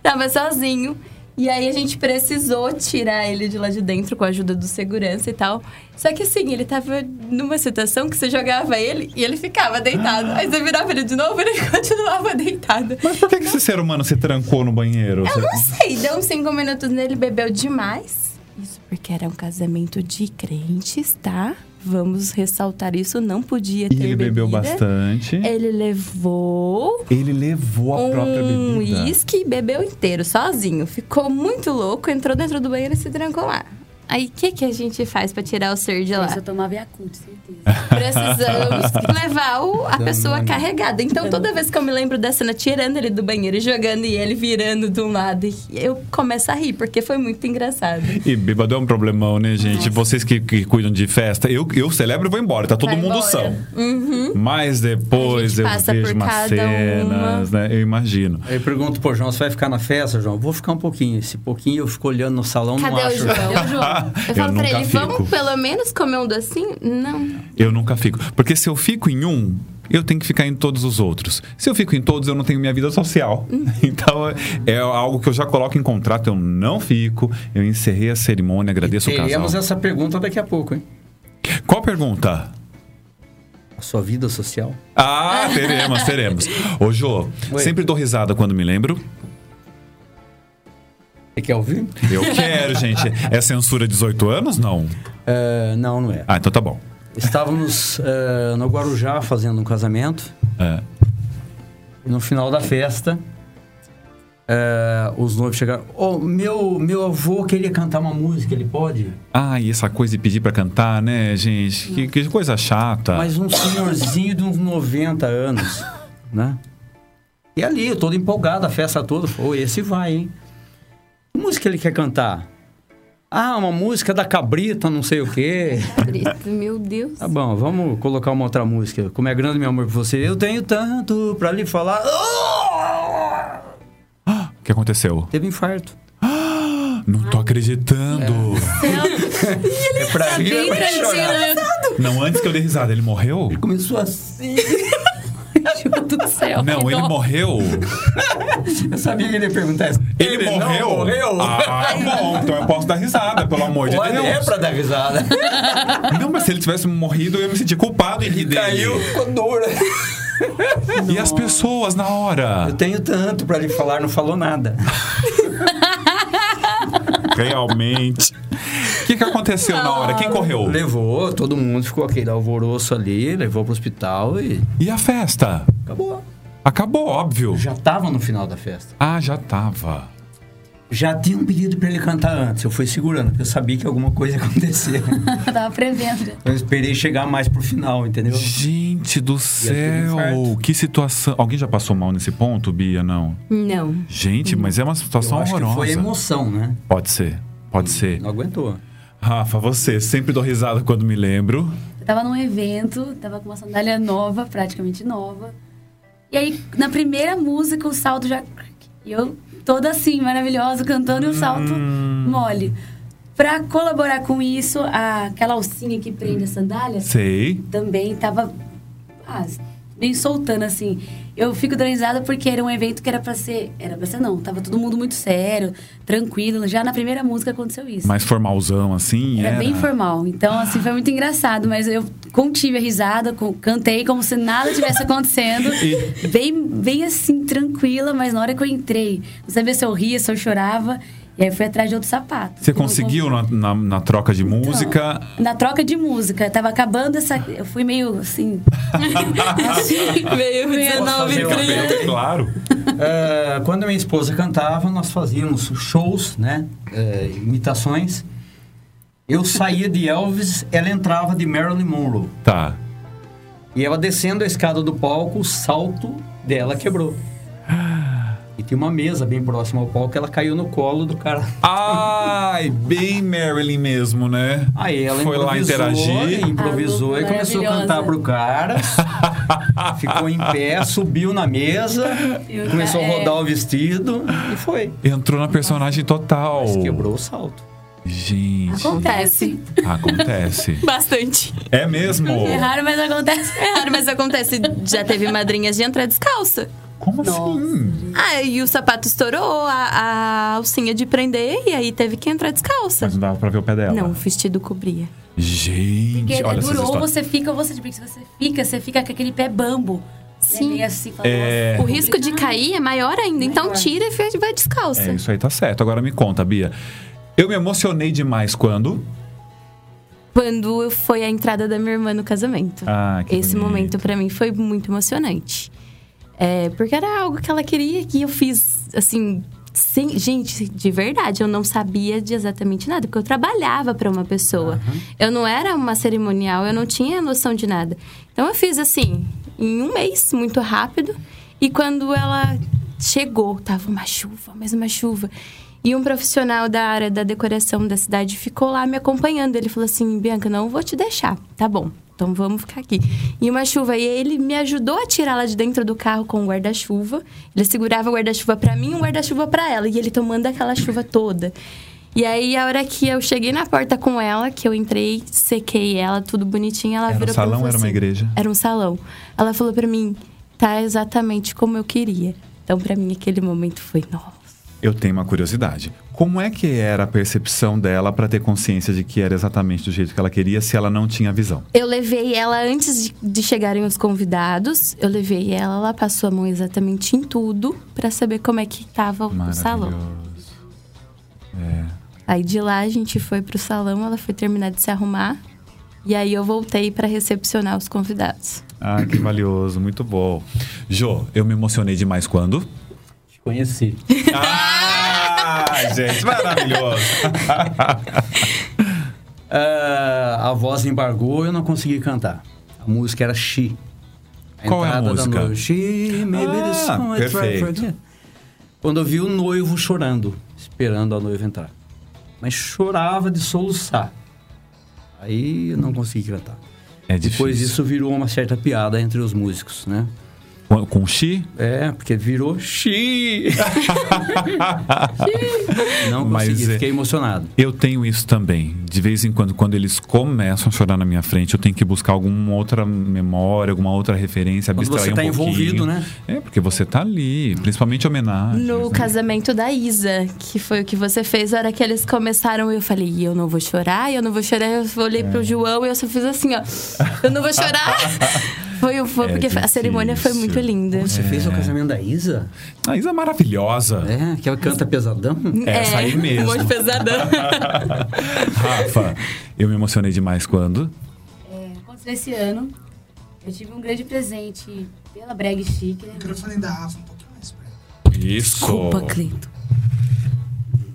S2: Tava sozinho. E aí a gente precisou tirar ele de lá de dentro com a ajuda do segurança e tal. Só que assim, ele tava numa situação que você jogava ele e ele ficava deitado. Aí você virava ele de novo e ele continuava deitado.
S1: Mas por que, que esse ser humano se trancou no banheiro?
S2: Eu não sei, deu uns cinco minutos nele, bebeu demais. Isso porque era um casamento de crentes, tá? Vamos ressaltar isso, não podia ter
S1: E ele bebeu
S2: bebida. É.
S1: bastante.
S2: Ele levou
S1: Ele levou a própria
S2: um
S1: bebida.
S2: uísque e bebeu inteiro, sozinho. Ficou muito louco, entrou dentro do banheiro e se trancou lá. Aí, o que, que a gente faz pra tirar o ser de lá?
S4: Isso eu tomava Yakult, certeza.
S2: Precisamos levar o- a
S3: Demônio.
S2: pessoa carregada. Então, toda vez que eu me lembro da cena, tirando ele do banheiro e jogando e ele virando de um lado, e eu começo a rir, porque foi muito engraçado.
S1: E bêbado é um problemão, né, gente? Vocês que, que cuidam de festa, eu, eu celebro e vou embora, tá todo
S2: Vai
S1: mundo
S2: embora. Uhum.
S1: são. Mas depois
S2: A gente
S1: eu
S2: passa
S1: vejo
S2: por
S1: umas
S2: cada
S1: cenas, né? Eu imagino.
S3: Aí eu pergunto pro João, você vai ficar na festa, João? Vou ficar um pouquinho. Esse pouquinho eu fico olhando no salão, não
S2: Cadê o
S3: acho.
S2: João?
S1: Eu
S2: Eu falo pra
S1: nunca
S2: ele,
S1: fico.
S2: vamos pelo menos comer um docinho? Não.
S1: Eu nunca fico. Porque se eu fico em um, eu tenho que ficar em todos os outros. Se eu fico em todos, eu não tenho minha vida social. Então é- é algo que eu já coloco em contrato, eu não fico. Eu encerrei a cerimônia, agradeço
S3: um
S1: o casal.
S3: Teremos essa pergunta daqui a pouco, hein?
S1: Qual pergunta?
S3: A sua vida social?
S1: Ah, teremos, teremos. Ô, Jô,
S3: Oi.
S1: sempre dou risada quando me lembro.
S3: Você quer ouvir?
S1: Eu quero, gente. É censura 18 anos? Não.
S3: É, não, não é.
S1: Ah, então tá bom.
S3: Estávamos é, no Guarujá fazendo um casamento.
S1: É.
S3: E no final da festa, é, os noivos chegaram. "Ô, meu, meu avô queria cantar uma música, ele pode?
S1: Ah, e essa coisa de pedir pra cantar, né, gente? Que, que coisa chata.
S3: Mas um senhorzinho de uns 90 anos, né? E ali, eu todo empolgado, a festa toda. Pô, esse vai, hein? Que música ele quer cantar? Ah, uma música da Cabrita, não sei o quê.
S2: Grito, Meu Deus.
S3: Tá bom, vamos colocar uma outra música. Como é grande meu amor por você. Eu tenho tanto pra lhe falar. Oh!
S1: Ah, O que aconteceu?
S3: Teve infarto.
S1: Não tô acreditando.
S3: É pra mim,
S4: Tá Bem
S3: eu vou chorar.
S4: tranquilo. né?
S1: Não, antes que eu dei risada, ele morreu?
S3: Começou assim.
S4: Meu Deus do céu.
S1: Não, ele
S4: Então,
S1: morreu.
S3: Eu sabia que ele ia perguntar isso.
S1: Ele,
S3: não
S1: morreu?
S3: morreu?
S1: Ah, bom, então eu posso dar risada, pelo amor de
S3: Olha,
S1: Deus.
S3: é pra dar risada.
S1: Não, mas se ele tivesse morrido, eu ia me sentir culpado em rir dele.
S3: com dor.
S1: E as pessoas na hora?
S3: Eu tenho tanto pra lhe falar, não falou nada.
S1: Realmente. O que, que aconteceu na hora? Quem correu?
S3: Ah. Levou, todo mundo ficou aquele alvoroço ali, levou pro hospital e
S1: E a festa?
S3: acabou.
S1: Acabou, óbvio.
S3: Já tava no final da festa.
S1: Ah, já tava.
S3: Já tinham pedido pra ele cantar antes, eu fui segurando, porque eu sabia que alguma coisa ia acontecer.
S4: Tava prevendo. né? já.
S3: eu esperei chegar mais pro final, entendeu?
S1: Gente do
S3: teve
S1: céu,
S3: infarto.
S1: que situação. Alguém já passou mal nesse ponto, Bia? Não.
S2: Não.
S1: Gente, mas é uma
S3: Hum. Eu
S1: situação
S3: acho que foi a
S1: horrorosa.
S3: emoção, né?
S1: Pode ser, pode ser.
S3: Não aguentou.
S1: Rafa, você, sempre dou risada quando me lembro.
S4: Eu tava num evento, tava com uma sandália nova, praticamente nova. E aí, na primeira música, o salto já. E eu toda assim, maravilhosa, cantando e o salto mole. Pra colaborar com isso, a- aquela alcinha que prende a sandália
S1: Sei.
S4: também tava ah, meio soltando, assim. Eu fico dando risada porque era um evento que era pra ser. Era pra ser não, tava todo mundo muito sério, tranquilo. Já na primeira música aconteceu isso.
S1: Mais formalzão assim.
S4: Era
S1: era.
S4: bem formal. Então, assim, foi muito engraçado. Mas eu contive a risada, co- cantei como se nada tivesse acontecendo. bem, bem assim, tranquila. Mas na hora que eu entrei, não sabia se eu ria, se eu chorava. E aí eu fui atrás de outro sapato.
S1: Você
S4: Eu não
S1: conseguiu na, na- na troca
S4: Então.
S1: de música?
S4: na troca de música. Tava acabando essa. Eu fui meio assim.
S2: Veio
S3: fazer
S2: 19
S3: uma
S2: trilhões.
S3: pergunta?
S1: Claro.
S3: É, quando a minha esposa cantava, nós fazíamos shows, né? É, imitações. Eu saía de Elvis, ela entrava de Marilyn Monroe.
S1: Tá.
S3: E ela descendo a escada do palco, o salto dela quebrou. E tinha uma mesa bem próxima ao palco, ela caiu no colo do cara.
S1: Ai, bem Marilyn mesmo, né?
S3: Aí ela
S1: Foi lá
S3: improvisou,
S1: interagir.
S3: improvisou
S4: Ah,
S3: e começou a
S4: maravilhosa.
S3: cantar pro cara. Ficou em pé, subiu na mesa,
S4: E o
S3: começou a
S4: cara- é.
S3: rodar o vestido e foi.
S1: Entrou na personagem total.
S3: Mas quebrou o salto.
S1: Gente,
S4: Acontece.
S1: acontece.
S2: Bastante.
S1: É mesmo?
S4: É raro, mas acontece.
S2: É raro, mas acontece. Já teve madrinhas de entrar descalça.
S1: Como assim?
S2: Ah, e o sapato estourou, a, a alcinha de prender, e aí teve que entrar descalça.
S1: Mas não é dava pra ver o pé dela.
S2: Não, o vestido cobria.
S1: Gente,
S4: Porque
S1: olha essas
S4: duro, ou
S1: histórias.
S4: você fica, ou você. Porque se você fica, você fica com aquele pé bambo.
S2: Sim.
S4: Né? Meio assim, falando,
S1: É.
S4: "Nossa,
S2: O risco de cair é maior ainda, então tira e fe- vai
S1: É,
S2: descalça.
S1: isso aí tá certo. Agora me conta, Bia. Eu me emocionei demais quando.
S2: Quando foi a entrada da minha irmã no casamento.
S1: Ah, que
S2: Esse
S1: bonito.
S2: momento pra mim foi muito emocionante. É, porque era algo que ela queria que eu fiz, assim, sem. Gente, de verdade, eu não sabia de exatamente nada, porque eu trabalhava pra uma pessoa. Eu não era uma cerimonial, eu não tinha noção de nada. Então eu fiz assim, em um mês, muito rápido. E quando ela chegou, tava uma chuva, mais uma chuva. E um profissional da área da decoração da cidade ficou lá me acompanhando. Ele falou assim: Bianca, não vou te deixar. Tá bom, então vamos ficar aqui. E uma chuva. E ele me ajudou a tirá-la de dentro do carro com o guarda-chuva. Ele segurava o guarda-chuva pra mim e um guarda-chuva pra ela. E ele tomando aquela chuva toda. E aí, a hora que eu cheguei na porta com ela, que eu entrei, sequei ela, tudo bonitinho, ela
S1: Era um
S2: virou
S1: salão,
S2: pra mim e falou
S1: era uma
S2: assim,
S1: igreja?
S2: Era um salão. Ela falou pra mim: tá exatamente como eu queria. Então, pra mim, aquele momento foi nossa.
S1: Eu tenho uma curiosidade. Como é que era a percepção dela pra ter consciência de que era exatamente do jeito que ela queria se ela não tinha visão?
S2: Eu levei ela antes de, de chegarem os convidados. Eu levei ela, ela passou a mão exatamente em tudo pra saber como é que tava o salão.
S1: Maravilhoso.
S2: Aí de lá a gente foi pro salão, ela foi terminar de se arrumar. E aí eu voltei para recepcionar os convidados.
S1: Ah, que valioso, muito bom. Jô, eu me emocionei demais quando?
S3: Te conheci.
S1: Ah, gente, maravilhoso.
S3: Ah, a voz embargou, eu não consegui cantar. A música era She.
S1: Qual é a
S3: entrada da
S1: música?
S3: noiva. She, maybe
S1: Ah,
S3: the song I tried
S1: perfeito.
S3: forget. Quando eu vi o noivo chorando, esperando a noiva entrar. Mas chorava de soluçar. Aí eu não consegui cantar.
S1: É
S3: Depois
S1: difícil.
S3: isso virou uma certa piada entre os músicos, né?
S1: Com, com chi?
S3: É, porque virou She. não
S1: Mas
S3: consegui,
S1: é-
S3: fiquei emocionado.
S1: Eu tenho isso também. De vez em quando, quando eles começam a chorar na minha frente, eu tenho que buscar alguma outra memória, alguma outra referência,
S3: Quando
S1: abstrair
S3: você tá
S1: um pouquinho.
S3: envolvido, né?
S1: É, porque você tá ali, principalmente homenagem.
S2: No casamento da Isa, que foi o que você fez, a hora que eles começaram, eu falei, "E eu não vou chorar, eu não vou chorar. Eu olhei
S1: É.
S2: pro João e eu só fiz assim, ó, eu não vou chorar. foi, foi
S1: É
S2: porque a cerimônia foi
S1: difícil.
S2: muito linda.
S3: Você fez
S1: É.
S3: o casamento da Isa?
S1: A Isa é maravilhosa. É,
S3: É, que ela canta pesadão?
S1: Essa
S4: É,
S1: aí mesmo.
S2: Um monte pesadão.
S1: Rafa, eu me emocionei demais quando?
S4: É, aconteceu esse ano. Eu tive um grande presente pela Breg Chic.
S5: O microfone da Rafa um pouquinho mais pra ela.
S1: Isso.
S4: Desculpa, Cleito.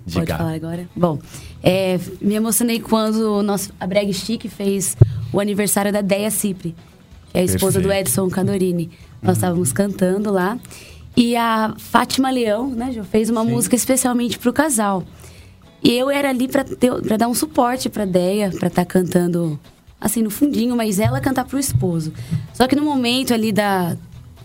S4: Pode
S1: Diga.
S4: falar agora? Bom, é, me emocionei quando o nosso, a Breg Chic fez o aniversário da Deia Cipri, que é a esposa do
S1: Perfeito.
S4: Edson Cadorini. Nós estávamos cantando lá. E a Fátima Leão, né, Jô, fez uma música especialmente pro casal. E eu era ali pra, ter- pra dar um suporte pra Deia, pra estar cantando assim no fundinho, mas ela cantar pro esposo. Só que no momento ali da.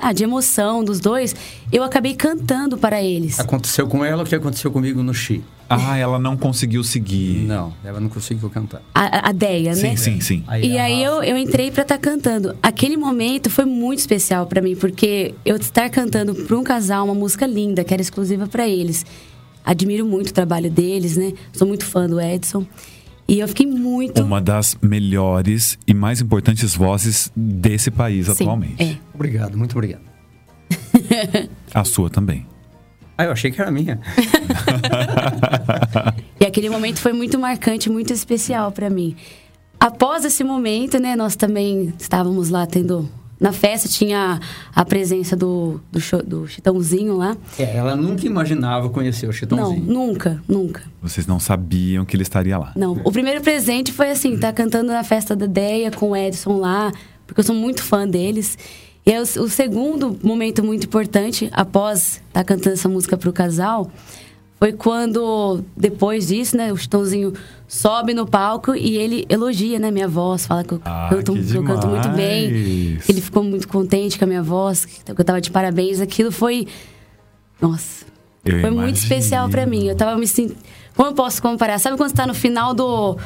S4: Ah, de emoção dos dois, eu acabei cantando para eles.
S3: Aconteceu com ela o que aconteceu comigo no Xi.
S1: Ah, ela não conseguiu seguir.
S3: Não, ela não conseguiu cantar.
S4: A, a- a Deia,
S1: Sim,
S4: né?
S1: sim, sim.
S4: E
S3: a
S4: aí
S3: Rafa-
S4: eu, eu entrei pra estar cantando. Aquele momento foi muito especial pra mim, porque eu estar cantando pra um casal uma música linda, que era exclusiva pra eles. Admiro muito o trabalho deles, né? Sou muito fã do Edson. E eu fiquei muito.
S1: Uma das melhores e mais importantes vozes desse país
S4: Sim,
S1: atualmente.
S4: é.
S3: Obrigado, muito obrigado.
S1: A sua também.
S3: Ah, eu achei que era minha.
S4: E aquele momento foi muito marcante, muito especial pra mim. Após esse momento, né, nós também estávamos lá tendo. Na festa tinha a presença do, do, cho- do Chitãozinho lá.
S3: É, ela nunca imaginava conhecer o Chitãozinho.
S4: Não, nunca, nunca.
S1: Vocês não sabiam que ele estaria lá.
S4: Não, o primeiro presente foi assim, tá cantando na festa da Deia com o Edson lá, porque eu sou muito fã deles. E aí, o, o segundo momento muito importante, após tá cantando essa música pro casal, foi quando, depois disso, né, o Chitãozinho sobe no palco e ele elogia, né, minha voz, fala que eu,
S1: Ah,
S4: canto,
S1: que
S4: que eu canto muito bem.
S1: demais.
S4: Ele ficou muito contente com a minha voz, que eu tava de parabéns. Aquilo foi. Nossa,
S1: Eu
S4: foi muito
S1: imagino.
S4: especial pra mim. Eu tava me sentindo. Como eu posso comparar? Sabe quando você tá no final do...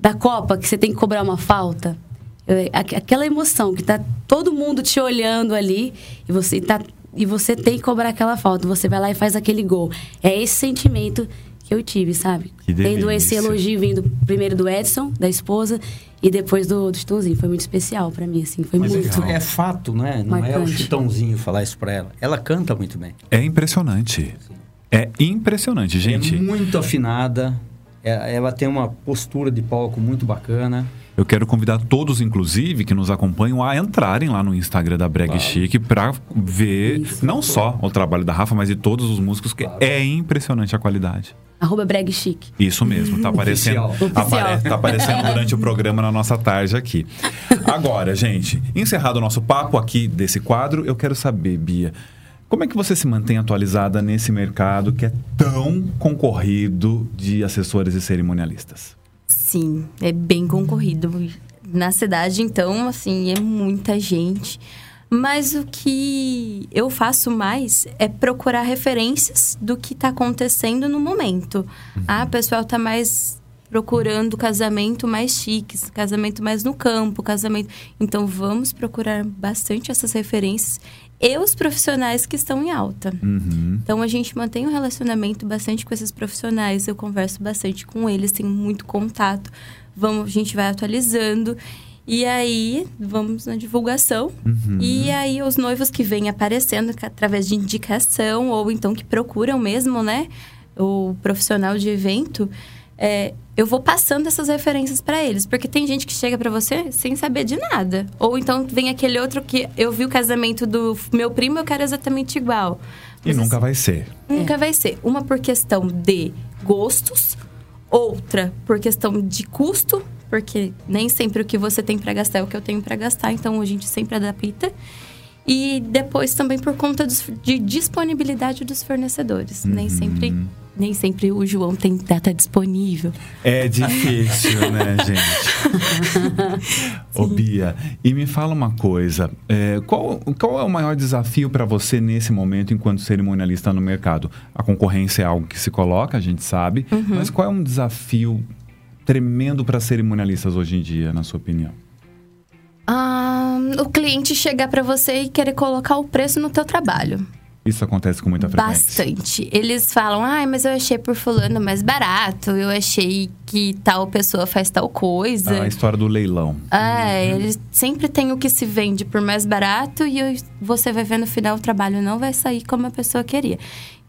S4: da Copa, que você tem que cobrar uma falta? Eu- aqu- Aquela emoção que tá todo mundo te olhando ali e você, tá... e você tem que cobrar aquela falta. Você vai lá e faz aquele gol. É esse sentimento que eu tive, sabe?
S1: Que
S4: Tendo esse
S1: delícia.
S4: elogio vindo primeiro do Edson, da esposa, e depois do, do Chitãozinho. Foi muito especial pra mim, assim. Foi
S3: Mas
S4: muito.
S3: isso é fato, né? Não é o
S4: Marcante.
S3: Chitãozinho falar isso pra ela. Ela canta muito bem.
S1: É impressionante. É impressionante, gente.
S3: É muito afinada. É- Ela tem uma postura de palco muito bacana.
S1: Eu quero convidar todos, inclusive, que nos acompanham a entrarem lá no Instagram da Breg Chic pra ver não só o trabalho da Rafa, mas de todos os músicos, que é impressionante a qualidade.
S4: Arroba breg chique.
S1: Isso mesmo, tá aparecendo,
S3: Oficial.
S1: apare- tá aparecendo durante o programa na nossa tarde aqui. Agora, gente, encerrado o nosso papo aqui desse quadro, eu quero saber, Bia, como é que você se mantém atualizada nesse mercado que é tão concorrido de assessores e cerimonialistas?
S2: Sim, é bem concorrido. Na cidade, então, assim, é muita gente. Mas o que eu faço mais é procurar referências do que está acontecendo no momento. Ah, o pessoal tá mais procurando casamento mais chiques, casamento mais no campo, casamento. Então vamos procurar bastante essas referências e os profissionais que estão em alta.
S1: Uhum.
S2: Então a gente mantém um relacionamento bastante com esses profissionais, eu converso bastante com eles, tenho muito contato. Vamos, a gente vai atualizando. E aí, vamos na divulgação.
S1: Uhum.
S2: E aí, os noivos que vêm aparecendo ca- através de indicação, ou então que procuram mesmo, né? O profissional de evento, é, eu vou passando essas referências pra eles. Porque tem gente que chega pra você sem saber de nada. Ou então vem aquele outro que eu vi o casamento do meu primo, eu quero exatamente igual.
S1: E
S2: Mas
S1: nunca vai ser.
S2: Nunca vai ser. Uma por questão de gostos, outra por questão de custo, porque nem sempre o que você tem pra gastar é o que eu tenho pra gastar, então a gente sempre adapta. E depois também por conta dos- de disponibilidade dos fornecedores. Nem sempre nem sempre o João tem data disponível.
S1: É difícil, né, gente? Ô, Bia, e me fala uma coisa. é, qual, qual é o maior desafio para você nesse momento, enquanto cerimonialista no mercado? A concorrência é algo que se coloca, a gente sabe. Mas qual é um desafio tremendo para cerimonialistas hoje em dia, na sua opinião?
S2: Ah, o cliente chegar pra você e querer colocar o preço no teu trabalho.
S1: Isso acontece com muita frequência.
S2: Bastante. Eles falam, ai, mas eu achei por fulano mais barato, eu achei que tal pessoa faz tal coisa.
S1: A história do leilão.
S2: Ah, eles sempre tem o que se vende por mais barato e eu- você vai ver no final o trabalho não vai sair como a pessoa queria.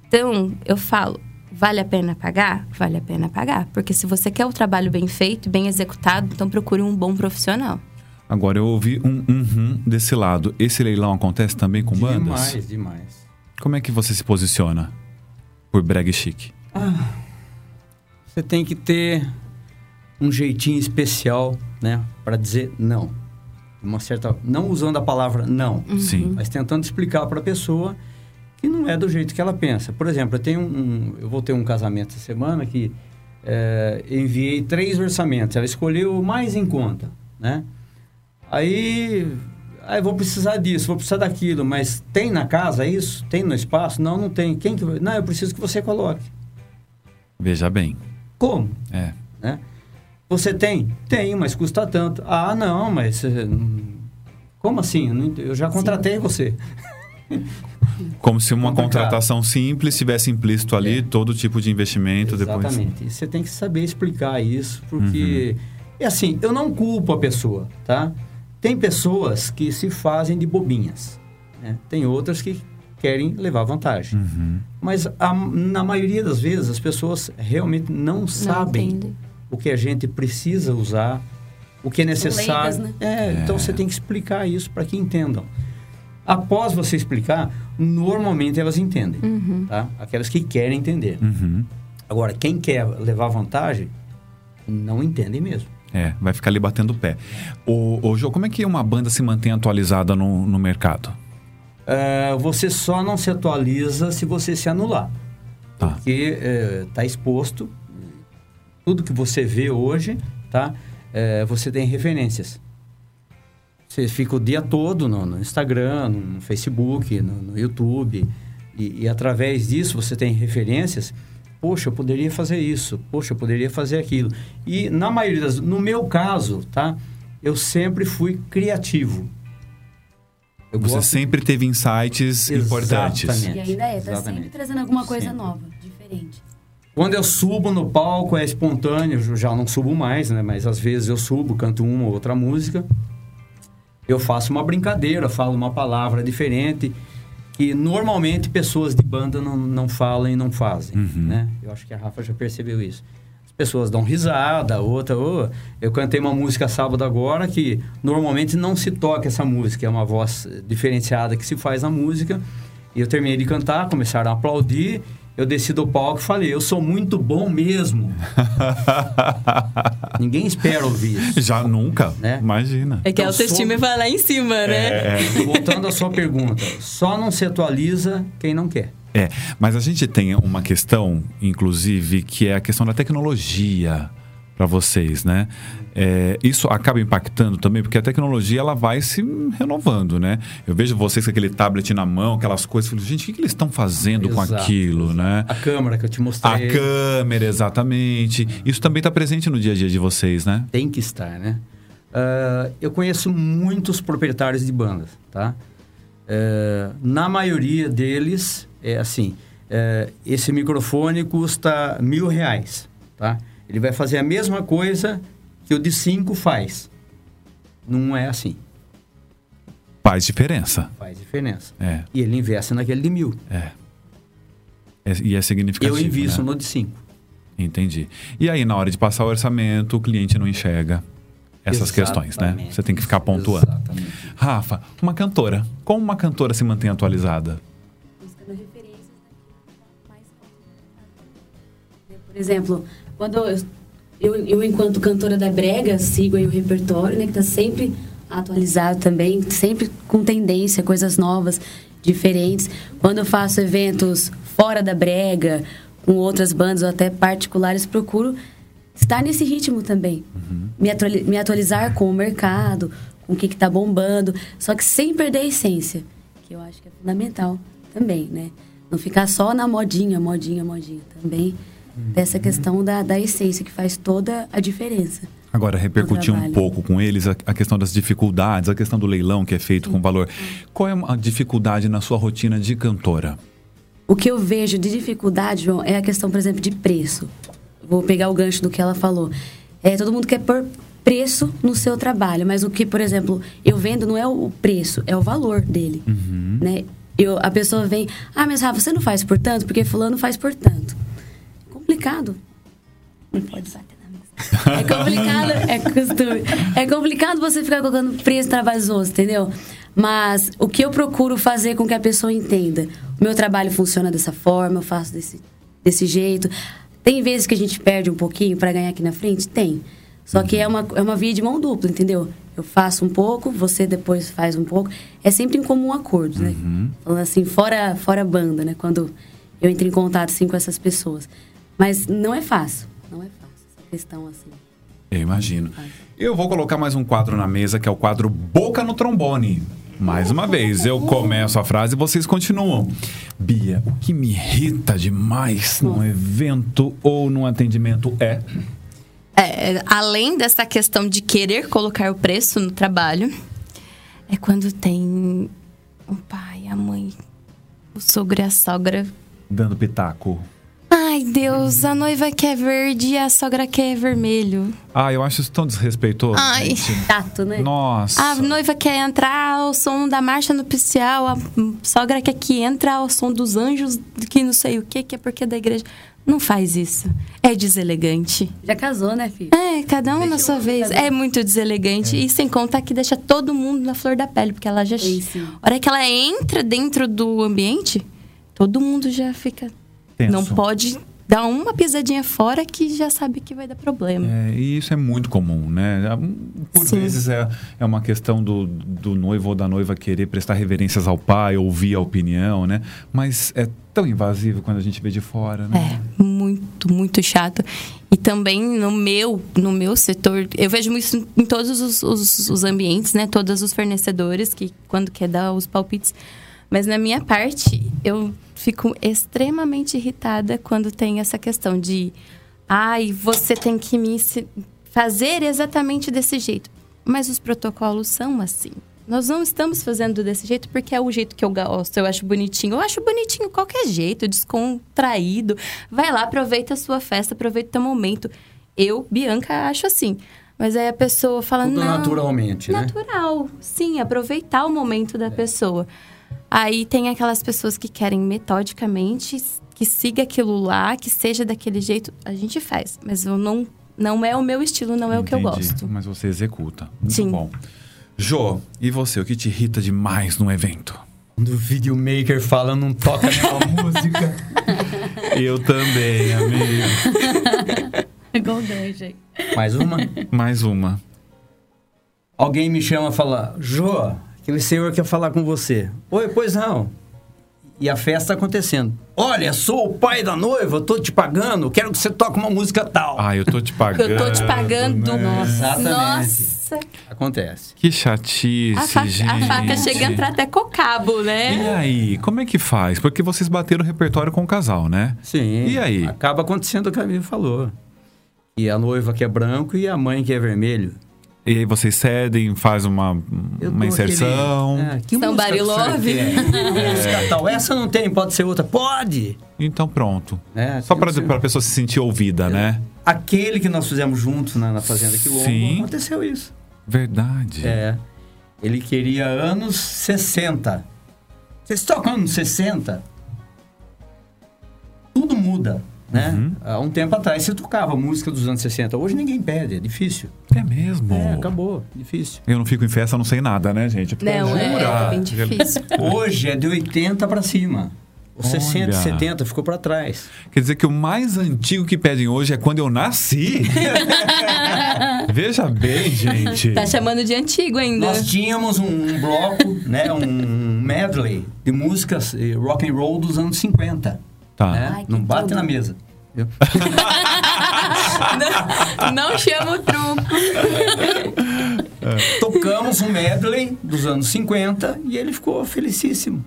S2: Então, eu falo, vale a pena pagar? Vale a pena pagar. Porque se você quer o trabalho bem feito, bem executado, então procure um bom profissional.
S1: Agora, eu ouvi um uhum desse lado. Esse leilão acontece também com bandas?
S3: Demais, demais.
S1: Como é que você se posiciona por brag chique?
S3: Você tem que ter um jeitinho especial, né, Pra dizer não. Uma certa, não usando a palavra não,
S1: Sim.
S3: mas tentando explicar pra pessoa que não é do jeito que ela pensa. Por exemplo, eu tenho um, um- eu vou ter um casamento essa semana que é, eu enviei três orçamentos, ela escolheu o mais em conta, né? Aí, aí vou precisar disso, vou precisar daquilo, mas tem na casa isso? Tem no espaço? Não, não tem. Quem que vai- Não, eu preciso que você coloque.
S1: Veja bem.
S3: Como?
S1: É.
S3: né? Você tem? Tem, mas custa tanto. Ah, não, mas eh, hum, como assim? Eu não ent- Eu já contratei você.
S1: Como se uma
S3: Complicado. É.
S1: contratação simples tivesse implícito ali todo tipo de investimento depois.
S3: Exatamente. E você tem que saber explicar isso, porque é assim, eu não culpo a pessoa, tá? Tem pessoas que se fazem de bobinhas, né? Tem outras que querem levar vantagem. Mas a- na maioria das vezes as pessoas realmente não sabem
S2: entendem.
S3: o que a gente precisa usar, o que é necessário.
S4: leigas,
S3: É, então você tem que explicar isso para que entendam. Após você explicar, normalmente elas entendem, tá? Aquelas que querem entender.
S1: Uhum.
S3: Agora, quem quer levar vantagem, não entendem mesmo.
S1: É, vai ficar ali batendo o pé. Ô, ô Jô, como é que uma banda se mantém atualizada no, no mercado?
S3: É, você só não se atualiza se você se anular.
S1: Tá.
S3: Porque está exposto. Tudo que você vê hoje, tá? É, você tem referências. Você fica o dia todo no, no Instagram, no, no Facebook, no, no YouTube. E, e através disso você tem referências. Poxa, eu poderia fazer isso. Poxa, eu poderia fazer aquilo. E na maioria das... No meu caso, tá? Eu sempre fui criativo. Eu
S1: Você
S3: gosto
S1: sempre teve insights importantes.
S3: Exatamente.
S4: E ainda é, tá sempre
S3: Exatamente.
S4: trazendo alguma coisa
S3: Sempre.
S4: nova, diferente.
S3: Quando eu subo no palco é espontâneo, eu já não subo mais, né? Mas às vezes eu subo, canto uma ou outra música. Eu faço uma brincadeira, falo uma palavra diferente que normalmente pessoas de banda não, não falam e não fazem, né? Eu acho que a Rafa já percebeu isso. As pessoas dão risada, outra, "Ô, eu cantei uma música sábado agora que normalmente não se toca essa música, é uma voz diferenciada que se faz na música. E eu terminei de cantar, começaram a aplaudir. Eu desci do palco e falei, eu sou muito bom mesmo. Ninguém espera ouvir isso.
S1: Já nunca?
S3: Né?
S1: Imagina.
S2: É que
S3: Então,
S2: a autoestima
S3: sobre-
S2: vai lá em cima,
S3: É.
S2: né?
S1: É.
S3: Voltando à sua pergunta, só não se atualiza quem não quer.
S1: É, mas a gente tem uma questão, inclusive, que é a questão da tecnologia para vocês, né? É, isso acaba impactando também, porque a tecnologia ela vai se renovando, né? Eu vejo vocês com aquele tablet na mão, aquelas coisas, eu falo, gente, o que, que eles estão fazendo com
S3: Exato,
S1: aquilo, né?
S3: A câmera que eu te
S1: A
S3: mostrei
S1: câmera, exatamente. Isso também está presente no dia a dia de vocês, né?
S3: tem que estar, né? Ah, eu conheço muitos proprietários de bandas, tá? Eh, na maioria deles, é assim, eh, esse microfone custa mil reais, tá? Ele vai fazer a mesma coisa que o de cinco faz. Não é assim,
S1: Faz diferença.
S3: faz diferença.
S1: É,
S3: E ele investe naquele de mil.
S1: é. É- E é significativo.
S3: eu invisto
S1: né?
S3: no de cinco.
S1: Entendi. E aí, na hora de passar o orçamento, o cliente não enxerga essas questões, né?
S3: Exatamente.
S1: Você tem que ficar pontuando.
S3: Exatamente.
S1: Rafa, uma cantora. Como uma cantora se mantém atualizada?
S4: buscando referências daquilo que mais falta. Por exemplo, quando eu, eu, eu, enquanto cantora da brega, sigo aí o repertório, né, que tá sempre atualizado também, sempre com tendência, coisas novas, diferentes. Quando eu faço eventos fora da brega, com outras bandas ou até particulares, procuro estar nesse ritmo também. Me, atuali- me atualizar com o mercado, com o que está bombando, só que sem perder a essência, que eu acho que é fundamental também, né? Não ficar só na modinha, modinha, modinha. Também dessa questão da, da essência, que faz toda a diferença.
S1: Agora, repercutir um
S4: trabalho.
S1: pouco com eles a, a questão das dificuldades, a questão do leilão que é feito com valor. Qual é a dificuldade na sua rotina de cantora?
S4: O que eu vejo de dificuldade, João, é a questão, por exemplo, de preço. Vou pegar o gancho do que ela falou. É, todo mundo quer pôr preço no seu trabalho, mas o que, por exemplo, eu vendo não é o preço, é o valor dele. Né? Eu, a pessoa vem, ah, mas Rafa, você não faz por tanto? Porque fulano faz por tanto. Complicado. Não pode bater na mesa. É complicado, é costume. É complicado você ficar colocando preço no trabalho dos outros, entendeu? Mas o que eu procuro fazer com que a pessoa entenda? O meu trabalho funciona dessa forma, eu faço desse, desse jeito. Tem vezes que a gente perde um pouquinho para ganhar aqui na frente? Tem. Só que é uma, é uma via de mão dupla, entendeu? Eu faço um pouco, você depois faz um pouco. É sempre em comum acordo, né? Falando assim, fora, fora banda, né? Quando eu entro em contato assim, com essas pessoas. Mas não é fácil. Não é fácil essa questão assim.
S1: Eu imagino. Eu vou colocar mais um quadro na mesa, que é o quadro Boca no Trombone. Mais uma vez, eu começo a frase e vocês continuam. Bia, o que me irrita demais num evento ou num atendimento é.
S2: É, além dessa questão de querer colocar o preço no trabalho, é quando tem o pai, a mãe, o sogro e a sogra.
S1: Dando pitaco.
S2: Ai, Deus, a noiva quer verde e a sogra quer vermelho.
S1: Ah, eu acho isso tão desrespeitoso.
S2: Ai. Ah,
S1: gente.
S4: Tato, né?
S1: Nossa.
S2: A noiva quer entrar ao som da marcha nupcial, a sogra quer que entra ao som dos anjos, que não sei o que, que é porque é da igreja. Não faz isso. É deselegante.
S4: Já casou, né, filho?
S2: É, cada um na sua vez. É muito deselegante. E sem contar que deixa todo mundo na flor da pele, porque ela já.
S4: Sim, sim.
S2: A hora que ela entra dentro do ambiente, todo mundo já fica.
S1: Tenso.
S2: Não pode dar uma pisadinha fora que já sabe que vai dar problema.
S1: É, e isso é muito comum, né? Por
S2: Sim.
S1: vezes é, é uma questão do, do noivo ou da noiva querer prestar reverências ao pai, ouvir a opinião, né? Mas é tão invasivo quando a gente vê de fora,
S2: É.
S1: né?
S2: muito, muito chato. E também no meu, no meu setor, eu vejo isso em todos os, os- os ambientes, né? Todos os fornecedores que quando quer dar os palpites. Mas na minha parte, eu fico extremamente irritada quando tem essa questão de ai, você tem que me ensi- fazer exatamente desse jeito. Mas os protocolos são assim. Nós não estamos fazendo desse jeito porque é o jeito que eu gosto, eu acho bonitinho. Eu acho bonitinho qualquer jeito, descontraído. Vai lá, aproveita a sua festa, aproveita o teu momento. Eu, Bianca, acho assim. Mas aí a pessoa fala,
S3: Tudo
S2: não
S3: naturalmente, né?
S2: natural. Sim, aproveitar o momento da pessoa. Aí tem aquelas pessoas que querem metodicamente que siga aquilo lá, que seja daquele jeito, a gente faz, mas eu não não é o meu estilo, não é o que eu
S1: Entendi.
S2: gosto.
S1: Mas você executa. Muito
S2: Sim.
S1: bom. Jô, e você? O que te irrita demais num evento?
S3: Quando o videomaker fala, não toca nenhuma música.
S1: Eu também, amigo.
S4: Igual gancho aí.
S3: Mais uma.
S1: Mais uma.
S3: Alguém me chama e fala, Jô, aquele senhor quer falar com você. Oi, pois não. E a festa acontecendo. Olha, sou o pai da noiva, eu tô te pagando, quero que você toque uma música tal.
S1: Ah, eu tô te pagando.
S2: Eu tô te pagando.
S1: né?
S3: Exatamente.
S2: Nossa,
S3: Acontece.
S1: Que chatice,
S2: a, fa-
S1: gente.
S2: a faca chega a entrar até com o cabo,
S1: E
S2: né?
S1: aí, como é que faz? Porque vocês bateram o repertório com o casal, né?
S3: Sim.
S1: E aí?
S3: Acaba acontecendo o que a Camila falou. E a noiva que é branco e a mãe que é vermelho.
S1: E aí vocês cedem, faz uma,
S3: Eu é.
S1: uma
S3: dou
S1: inserção. É.
S3: aquele- ah, que
S2: Somebody
S3: música que o senhor
S2: Love.
S3: quer? É. Música tal. Essa não tem, pode ser outra. Pode!
S1: Então pronto.
S3: É,
S1: Só
S3: tem
S1: pra,
S3: que ser-
S1: pra pessoa se sentir ouvida, né?
S3: É. Aquele que nós fizemos juntos na, na Fazenda Quilombo,
S1: Sim.
S3: aconteceu isso.
S1: Verdade.
S3: É. Ele queria anos 60. Vocês tocam anos 60? Tudo muda. né?
S1: Uhum.
S3: Há um tempo atrás você tocava música dos anos 60. Hoje ninguém pede, é difícil.
S1: É mesmo.
S3: É, acabou, difícil.
S1: Eu não fico em festa, não sei nada, né, gente? Porque
S2: Não, é,
S1: jura?
S2: é bem difícil.
S3: Hoje é de 80 pra cima. Os 60,
S1: Olha.
S3: 70 ficou pra trás.
S1: Quer dizer que o mais antigo que pedem hoje é quando eu nasci? Veja bem, gente.
S2: Tá chamando de antigo
S4: Né?
S2: ainda.
S3: Nós tínhamos um, um bloco, né, um medley de músicas eh, rock and roll dos anos 50.
S1: Tá.
S3: né?
S4: Ai, que
S3: Não bate
S4: tudo.
S3: na mesa. viu?
S2: não, não chama o truco.
S3: Tocamos um medley dos anos 50 e ele ficou felicíssimo.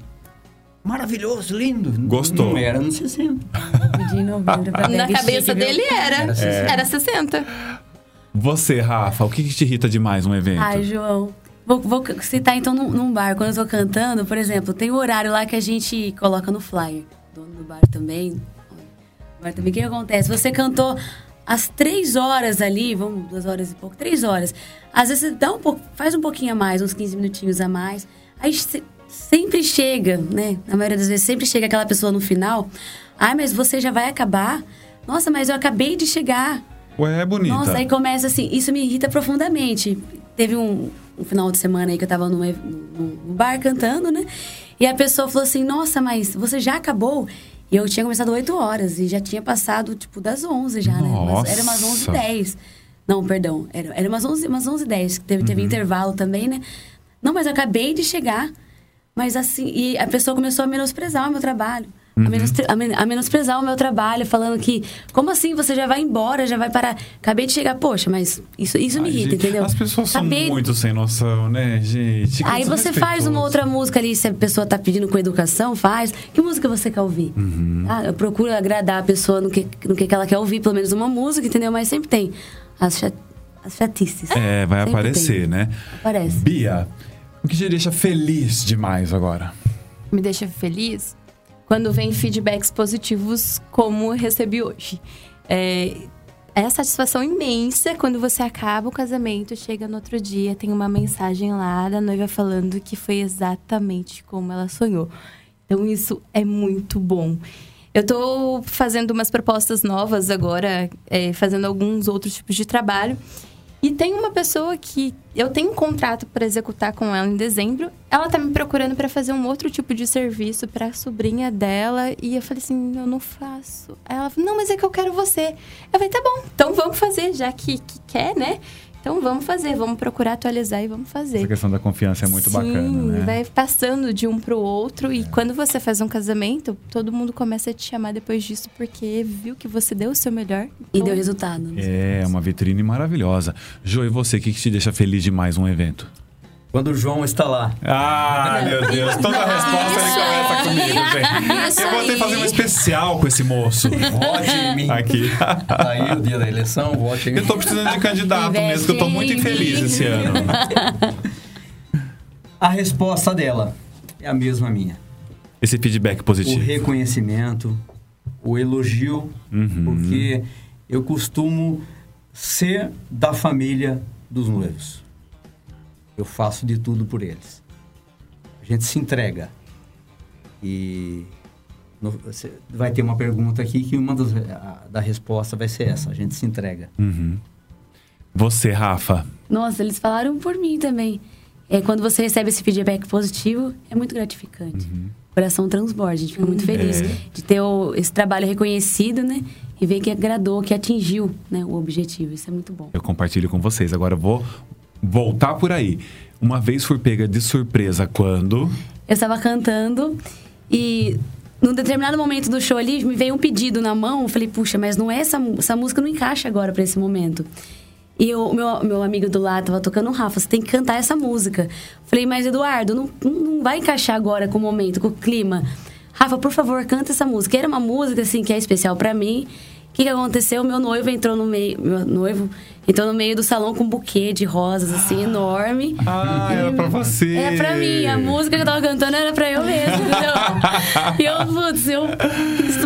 S3: Maravilhoso, lindo.
S1: Gostou.
S3: Não era nos 60.
S4: De novembro um pra
S2: Na
S4: bem
S2: cabeça
S4: chique, viu?
S2: dele era.
S3: Era 60.
S2: Era 60.
S1: Você, Rafa, o que, que te irrita demais num evento?
S4: Ai, João. Vou, vou citar então num, num bar. Quando eu tô cantando, por exemplo, tem o horário lá que a gente coloca no flyer. Dono do bar também. Bar também. O que que acontece? Você cantou às três horas ali, vamos, duas horas e pouco, três horas. Às vezes você dá um pouco, faz um pouquinho a mais, uns 15 minutinhos a mais. Aí se- sempre chega, né? Na maioria das vezes sempre chega aquela pessoa no final. Ai, mas você já vai acabar? Nossa, mas eu acabei de chegar.
S1: Ué, é bonita.
S4: Nossa, aí começa assim, isso me irrita profundamente. Teve um, um final de semana aí que eu tava num, ev- num- num bar cantando, né? E a pessoa falou assim, nossa, mas você já acabou? E eu tinha começado 8 horas e já tinha passado, tipo, das 11 já, né? Mas Era umas
S1: Nossa.
S4: 11 h 10. Não, perdão, era, era umas 11 umas 11 10 teve, teve
S1: Uhum.
S4: intervalo também, né? Não, mas eu acabei de chegar. Mas assim, e a pessoa começou a menosprezar o meu trabalho.
S1: Uhum.
S4: A, menostre- a men- a menosprezar o meu trabalho, falando que, como assim você já vai embora, já vai parar? Acabei de chegar, poxa, mas isso, isso me
S1: Ai,
S4: irrita,
S1: gente,
S4: entendeu?
S1: As pessoas são
S4: Acabei-
S1: muito sem noção, né, gente? Que
S4: Aí você faz uma
S1: desrespeitoso.
S4: outra música ali, se a pessoa tá pedindo com educação, faz. Que música você quer ouvir?
S1: Uhum.
S4: Ah, eu procuro agradar a pessoa no que, no que ela quer ouvir, pelo menos uma música, entendeu? Mas sempre tem as, cha- as chatices.
S1: É, vai
S4: Sempre
S1: aparecer,
S4: tem.
S1: né?
S4: Aparece.
S1: Bia, o que te deixa feliz demais agora?
S2: Me deixa feliz quando vem feedbacks positivos como eu recebi hoje. É, é a satisfação imensa quando você acaba o casamento, chega no outro dia, tem uma mensagem lá da noiva falando que foi exatamente como ela sonhou. Então isso é muito bom. Eu tô fazendo umas propostas novas agora, é, fazendo alguns outros tipos de trabalho. E tem uma pessoa que eu tenho um contrato para executar com ela em dezembro. Ela tá me procurando para fazer um outro tipo de serviço para sobrinha dela e eu falei assim, eu não faço. Aí ela falou: "Não, mas é que eu quero você". Eu falei: "Tá bom, então vamos fazer, já que, que quer, né? Então vamos fazer, vamos procurar atualizar e vamos
S1: Essa
S2: fazer".
S1: questão da confiança é muito
S2: Sim,
S1: bacana, né? É.
S2: vai passando de um pro outro. E quando você faz um casamento, todo mundo começa a te chamar depois disso porque viu que você deu o seu melhor.
S4: E
S2: Então,
S4: deu resultado. né?
S1: É, uma vitrine maravilhosa. Jo, e você, o que, que te deixa feliz demais num evento?
S3: Quando o João está lá.
S1: Ah, meu Deus, toda resposta ele começa comigo, gente.
S4: Isso
S1: Eu vou ter que
S4: aí.
S1: fazer um especial com esse moço.
S3: Vote em mim.
S1: Aqui.
S3: Tá aí o dia da eleição, vote em mim.
S1: Eu tô precisando de candidato mesmo, que eu tô muito infeliz esse ano.
S3: A resposta dela é a mesma minha.
S1: Esse feedback
S3: O
S1: positivo.
S3: reconhecimento, o elogio, porque eu costumo ser da família dos noivos. Eu faço de tudo por eles. A gente se entrega. E no- você- vai ter uma pergunta aqui que uma das, a- da resposta vai ser essa. A gente se entrega.
S1: Você, Rafa.
S4: Nossa, eles falaram por mim também. É, quando você recebe esse feedback positivo, é muito gratificante. O coração transborda, a gente fica muito feliz
S1: Uhum. É.
S4: de ter o- esse trabalho reconhecido, né? E ver que agradou, que atingiu né, o objetivo. Isso é muito bom.
S1: Eu compartilho com vocês. Agora eu vou voltar por aí. Uma vez fui pega de surpresa quando.
S4: Eu estava cantando e num determinado momento do show ali, me veio um pedido na mão. Eu falei, puxa, mas não é essa, mu- essa música não encaixa agora pra esse momento. E o meu, meu amigo do lado tava tocando, Rafa, você tem que cantar essa música. Eu Falei, mas Eduardo, não, não vai encaixar agora com o momento, com o clima. Rafa, por favor, canta essa música. Era uma música, assim, que é especial pra mim. O que, que aconteceu? Meu noivo entrou no meio. Meu noivo entrou no meio do salão com um buquê de rosas, assim, enorme.
S1: Ah, era pra você.
S4: É pra mim, a música que eu tava cantando era pra eu mesmo, entendeu? E eu, putz, eu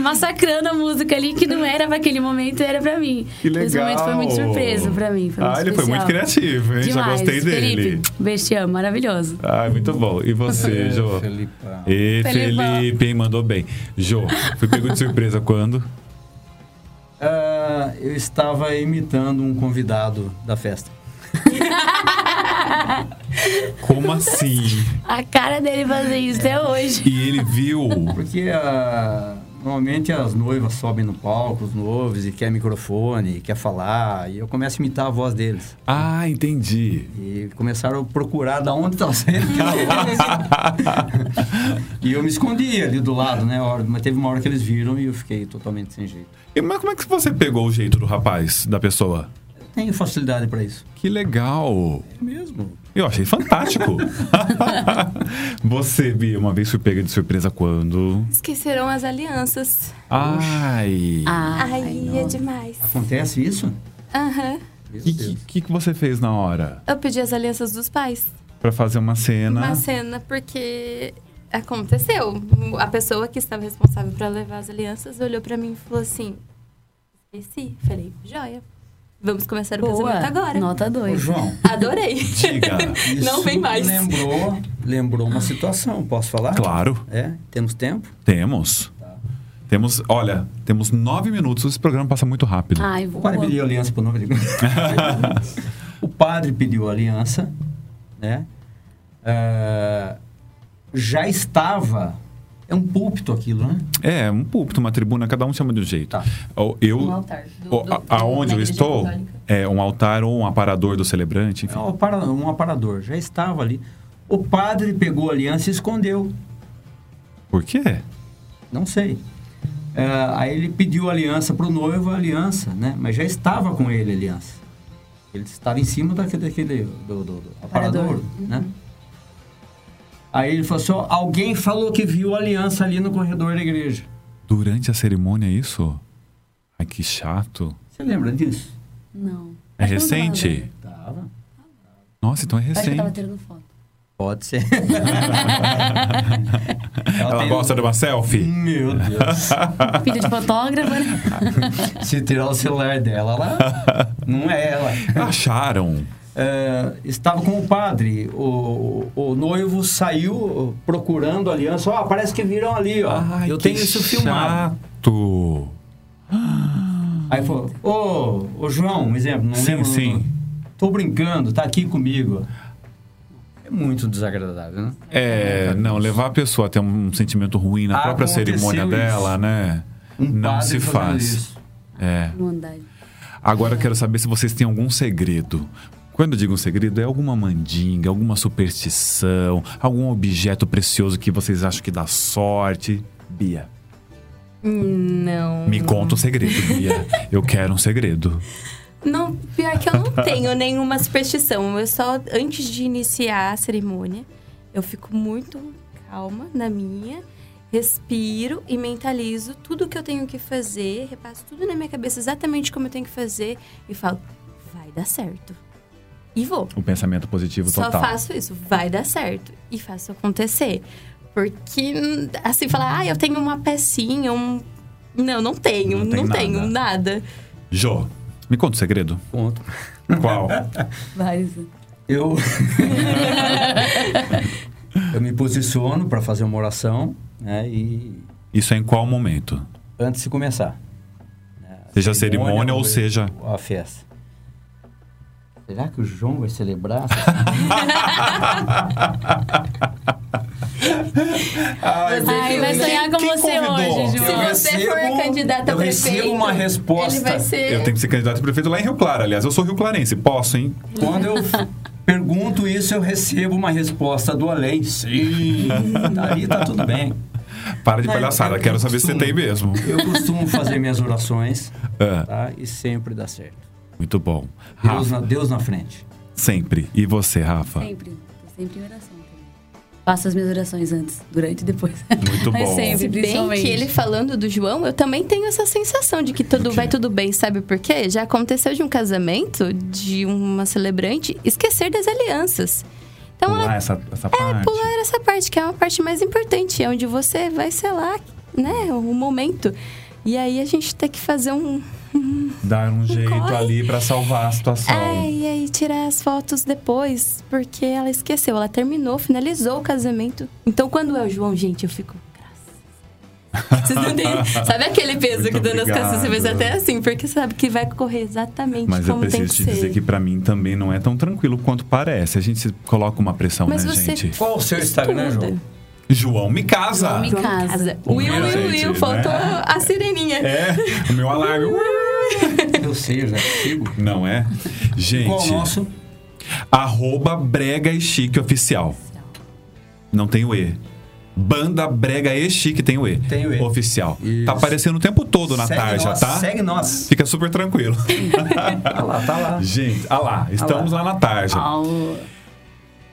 S4: massacrando a música ali, que não era pra aquele momento, era pra mim.
S1: Que legal.
S4: Esse momento foi muito surpresa pra mim. Foi muito
S1: ah, ele foi muito
S4: especial.
S1: criativo, hein? Já
S4: Demais.
S1: gostei
S4: Felipe,
S1: dele.
S4: beijo, te amo, maravilhoso.
S1: Ah, muito bom. E você, Jo?
S3: Felipe.
S1: E
S2: Felipão.
S1: Felipe, hein? Mandou bem. Jo, fui pego de surpresa quando?
S3: estava, Ah, eu estava imitando um convidado da festa.
S1: Como assim?
S4: A cara dele fazer isso até hoje.
S1: E ele viu.
S3: Porque ah, normalmente as noivas sobem no palco, os noivos, e quer microfone, e quer falar, e eu começo a imitar a voz deles.
S1: Ah, entendi.
S3: E começaram a procurar da onde estava saindo aquela voz. E eu me escondia ali do lado, né? hora- Mas teve uma hora que eles viram e eu fiquei totalmente sem jeito.
S1: E, mas como é que você pegou o jeito do rapaz, da pessoa?
S3: Eu tenho facilidade para isso.
S1: Que legal.
S3: É mesmo?
S1: Eu achei fantástico. você, Bia, uma vez foi pega de surpresa quando?
S2: Esqueceram as alianças.
S1: Ai.
S4: Ah.
S2: Ai, é
S4: não.
S2: demais.
S3: Acontece isso?
S2: Aham.
S3: Meu
S1: O que, que, que você fez na hora?
S2: Eu pedi as alianças dos pais.
S1: Pra fazer uma cena.
S2: Uma cena, porque aconteceu. A pessoa que estava responsável para levar as alianças olhou para mim e falou assim: esqueci. Falei, joia. Vamos começar o
S4: Ah, Boa.
S2: casamento agora.
S4: Nota
S3: Ô,
S4: 2.
S3: João,
S2: Adorei.
S1: Diga. é
S3: isso
S2: Não vem mais.
S3: Lembrou, lembrou uma situação, posso falar?
S1: Claro,
S3: É, temos tempo?
S1: temos. Temos, olha, temos nove minutos. Esse programa passa muito rápido.
S4: Ai,
S3: O
S4: boa.
S3: padre pediu aliança pro nome dele. o padre pediu aliança, né? Ah, já estava. É um púlpito aquilo, né?
S1: É, um púlpito, uma tribuna, cada um chama de um jeito.
S3: Tá.
S1: Ó, Eu,
S4: Um altar do-
S1: ó,
S4: do-
S1: a-
S4: do-
S1: aonde
S4: da
S1: eu
S4: igreja
S1: estou,
S4: católica.
S1: é um altar ou um aparador do celebrante, enfim.
S3: É um apara- um aparador. Já estava ali. O padre pegou a aliança e escondeu.
S1: Por quê?
S3: Não sei. Ah, aí ele pediu aliança pro noivo, a aliança, né? Mas já estava com ele a aliança. Ele estava em cima daquele, daquele- do, do- do aparador,
S4: Aparador.
S3: né? Aí ele falou assim, ó, alguém falou que viu a aliança ali no corredor da igreja.
S1: Durante a cerimônia, é isso? Ai, que chato.
S3: Você lembra disso?
S4: Não.
S1: É
S4: Acho que eu não tava vendo.
S1: recente?
S3: Tava.
S1: Nossa, então é
S4: Acho que eu tava
S1: recente.
S4: tirando foto.
S3: Pode ser.
S1: Ela gosta de uma selfie?
S3: Meu Deus.
S4: Filha de fotógrafa, né?
S3: Se tirar o celular dela, ela não é ela.
S1: Acharam.
S3: É, estava com o padre. O, o- o noivo saiu procurando a aliança. Ó, parece que viram ali, ó.
S1: Ai,
S3: Eu
S1: que
S3: tenho isso filmado.
S1: Chato.
S3: Aí falou: Ô, ô João, um exemplo, não
S1: Sim,
S3: lembro.
S1: sim.
S3: Tô brincando, tá aqui comigo. É muito desagradável, né?
S1: É, não, levar a pessoa a ter um sentimento ruim na própria
S3: Aconteceu
S1: cerimônia
S3: isso.
S1: dela, né?
S3: Um
S1: não
S3: padre
S1: se
S3: fazendo
S1: faz.
S3: isso.
S1: É.
S4: Bondade.
S1: Agora eu quero saber se vocês têm algum segredo. Quando eu digo um segredo, é alguma mandinga, alguma superstição, algum objeto precioso que vocês acham que dá sorte. Bia,
S3: Hum,
S2: Não.
S1: me conta um segredo, Bia. Eu quero um segredo.
S2: Não, pior que eu não tenho nenhuma superstição. Eu só, antes de iniciar a cerimônia, eu fico muito calma na minha, respiro e mentalizo tudo que eu tenho que fazer, repasso tudo na minha cabeça exatamente como eu tenho que fazer e falo, vai dar certo. E vou.
S1: Um pensamento positivo
S2: Só
S1: total.
S2: faço isso, vai dar certo. E faço acontecer. Porque, assim, falar, ah, eu tenho uma pecinha, um. Não, não tenho,
S1: Não
S2: não,
S1: tem
S2: tenho nada.
S1: Jô, me conta um segredo.
S3: Ponto.
S1: Qual?
S4: Vários.
S3: Eu. Eu me posiciono para fazer uma oração, né? E
S1: Isso é em qual momento?
S3: antes de começar. né?
S1: Seja a cerimônia ou seja-
S3: A festa. Será que o João vai celebrar?
S4: Ai, vai sonhar com
S1: Quem
S4: você
S1: convidou? um-
S4: hoje, Ju.
S2: Se você for candidata a
S3: eu recebo
S2: prefeito,
S3: uma
S2: Ele
S3: resposta.
S2: vai ser.
S1: Eu tenho que ser candidato a prefeito lá em Rio Claro. Aliás, eu sou Rio Clarense. Posso, hein?
S3: Quando eu f- pergunto isso, eu recebo uma resposta do além. Sim, ali tá tudo bem.
S1: Para de
S3: Não, eu-
S1: palhaçada.
S3: eu
S1: Quero saber se você
S3: costumo-
S1: tem mesmo.
S3: Eu costumo fazer minhas orações,
S1: É.
S3: tá? E sempre dá certo.
S1: Muito bom.
S2: né?
S3: Deus
S1: Rafa,
S3: na, Deus na frente.
S1: sempre. E você, Rafa?
S4: Sempre. Tô sempre em oração também. Faço as minhas orações antes, durante e depois.
S1: Muito
S4: Mas
S1: bom.
S4: sempre,
S2: Se bem
S4: principalmente.
S2: que ele falando do João, eu também tenho essa sensação de que tudo
S1: quê?
S2: vai tudo bem, sabe por quê? Já aconteceu de um casamento de uma celebrante esquecer das alianças. Então
S1: Pular
S2: ela
S1: essa, essa parte.
S2: pular essa parte, que é uma parte mais importante, é onde você vai selar, né, o momento. E aí a gente tem que fazer um.
S1: Dar um jeito
S2: corre.
S1: ali pra salvar a situação.
S2: É, e aí tirar as fotos depois, porque ela esqueceu, ela terminou, finalizou o casamento. Então quando é o João, gente, eu fico. "Graças Vocês não têm- sabe aquele peso
S1: Muito
S2: que dá nas
S1: obrigado.
S2: costas? Você fez até assim, porque sabe que vai correr exatamente
S1: Mas eu
S2: como tem
S1: preciso te
S2: que ser.
S1: dizer que pra mim também não é tão tranquilo quanto parece. A gente coloca uma pressão,
S2: Mas
S1: né,
S2: você-
S1: gente?
S3: Qual o seu Instagram,
S2: Tudo.
S3: né, João?
S1: João me casa.
S4: João me
S2: João
S4: Casa.
S2: Casa. Will,
S1: Meu,
S2: Will,
S1: gente,
S2: Will, faltou
S1: né?
S2: a sireninha.
S1: É, o meu alarme.
S3: Eu sei, eu já sigo.
S1: Não é? Gente,
S3: Qual o nosso?
S1: arroba brega e chique oficial. Não tem o E. Banda brega e chique tem o E.
S3: Tem o E.
S1: Oficial.
S3: Isso.
S1: Tá aparecendo o tempo todo na
S3: Segue
S1: tarja,
S3: nós,
S1: tá?
S3: Segue nós.
S1: Fica super tranquilo.
S3: Tá lá, tá lá.
S1: Gente, ah lá, estamos lá na tarja.
S3: Ah.
S4: Ao...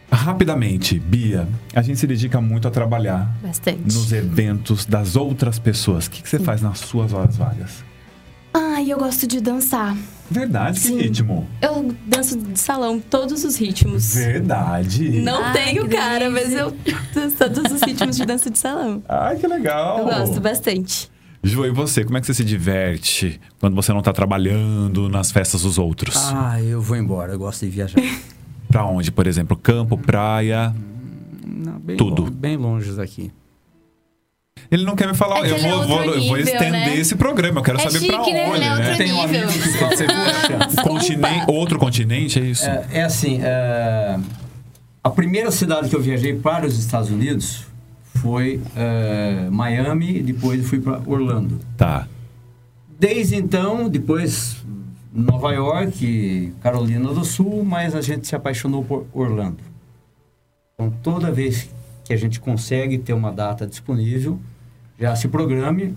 S1: Rapidamente, Bia, a gente se dedica muito a trabalhar
S2: Bastante.
S1: nos eventos das outras pessoas. O que, que você faz nas suas horas vagas?
S2: Ai, eu gosto de dançar.
S1: Verdade, que
S2: Sim.
S1: ritmo.
S2: Eu danço de salão, todos os ritmos.
S1: Verdade.
S2: Não
S4: Ai,
S2: tenho
S4: que
S2: cara, mas
S4: delícia.
S2: eu danço todos os ritmos de dança de salão.
S1: Ai, que legal.
S2: Eu gosto bastante.
S1: Ju, e você? Como é que você se diverte quando você não tá trabalhando nas festas dos outros?
S3: Ah, eu vou embora, eu gosto de viajar.
S1: Pra onde, por exemplo? Campo, praia?
S3: Não, bem
S1: Tudo.
S3: lon- bem longe daqui.
S1: Ele não quer me falar.
S2: É que
S1: eu,
S2: ele é
S1: vou,
S2: outro
S1: vou- eu vou
S2: nível,
S1: estender
S2: né?
S1: esse programa. Eu quero
S2: É
S1: saber pra onde,
S2: chique, né? Ele é
S1: né?
S2: outro
S3: Tem um amigo
S2: nível.
S3: que fala, você puxa.
S1: um Continen- outro continente, é isso?
S3: É, é assim, é, a primeira cidade que eu viajei para os Estados Unidos foi é, Miami, depois fui para Orlando.
S1: Tá.
S3: Desde então, depois Nova York, Carolina do Sul, mas a gente se apaixonou por Orlando. Então, toda vez que a gente consegue ter uma data disponível, já se programe.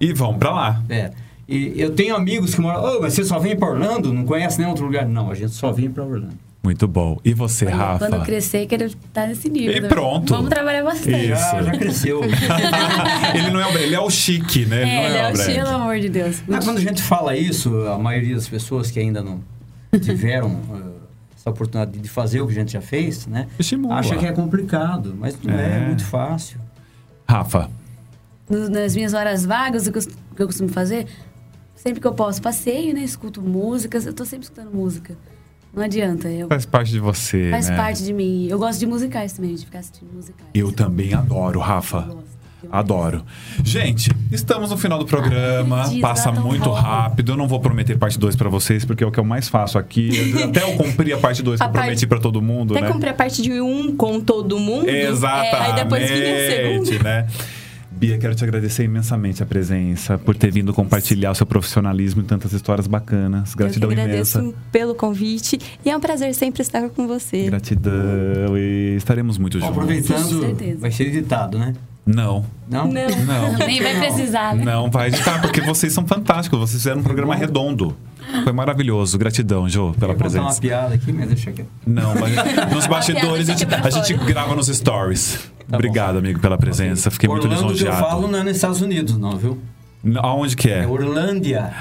S1: E vamos pra lá.
S3: É. E eu tenho amigos que moram, oh, mas você só vem para Orlando? Não conhece nenhum outro lugar? Não, a gente só vem para Orlando.
S1: Muito bom. E você, Rafa?
S4: Quando eu crescer, quero estar nesse nível.
S1: E
S4: né?
S1: pronto.
S4: Vamos trabalhar bastante.
S1: Isso.
S3: Já, já cresceu.
S1: ele não é o Brega, ele é o chique, né?
S4: É,
S1: ele não é, o
S4: Léo,
S1: Brega.
S4: pelo amor de Deus.
S3: Ah, quando a gente fala isso, a maioria das pessoas que ainda não tiveram eh, essa oportunidade de fazer o que a gente já fez, né?
S1: Estimula.
S3: Acha que é complicado, mas não é,
S1: É.
S3: muito fácil.
S1: Rafa,
S4: No- nas minhas horas vagas, o que eu, o que eu costumo fazer, sempre que eu posso, passeio, né? Escuto músicas, eu tô sempre escutando música. Não adianta, eu,
S1: faz parte de você,
S4: faz
S1: né?
S4: parte de mim. Eu gosto de musicais também, de ficar assistindo musicais.
S1: Eu também adoro,
S4: Eu
S1: Rafa.
S4: gosto. Eu-
S1: Adoro. Gente, estamos no final do programa.
S4: Ah, acredito,
S1: Passa
S4: tá tão
S1: muito
S4: bom.
S1: rápido. Eu não vou prometer parte 2 pra vocês, porque é o que eu mais faço aqui. Até eu cumprir a parte 2 que
S2: A
S1: eu
S2: parte-
S1: prometi pra todo mundo,
S2: Até
S1: né?
S2: comprei a parte de um com todo mundo.
S1: Exatamente.
S2: É, aí depois fica em segundo.
S1: né? Bia, quero te agradecer imensamente a presença, por ter vindo compartilhar o seu profissionalismo e tantas histórias bacanas. Gratidão
S2: eu que agradeço
S1: imensa.
S2: pelo convite. E é um prazer sempre estar com você.
S1: Gratidão e estaremos muito
S3: Bom,
S1: juntos.
S4: Com
S3: aproveitando,
S4: certeza.
S3: vai ser editado, né?
S1: Não,
S3: Não?
S2: Não.
S1: não.
S4: Nem vai precisar, né?
S1: Não vai editar, porque vocês são fantásticos. Vocês fizeram um programa redondo. Foi maravilhoso. Gratidão, Jô, pela
S3: Vou contar uma
S1: presença.
S3: piada aqui, mas deixa aqui.
S1: Não, mas nos bastidores a gente, a gente grava nos stories.
S3: Tá bom.
S1: Obrigado, amigo, pela presença. Fiquei muito
S3: Orlando que eu falo
S1: lisonjeado.
S3: não é nos Estados Unidos, não, viu?
S1: Aonde que
S3: É
S1: é?
S3: Orlândia.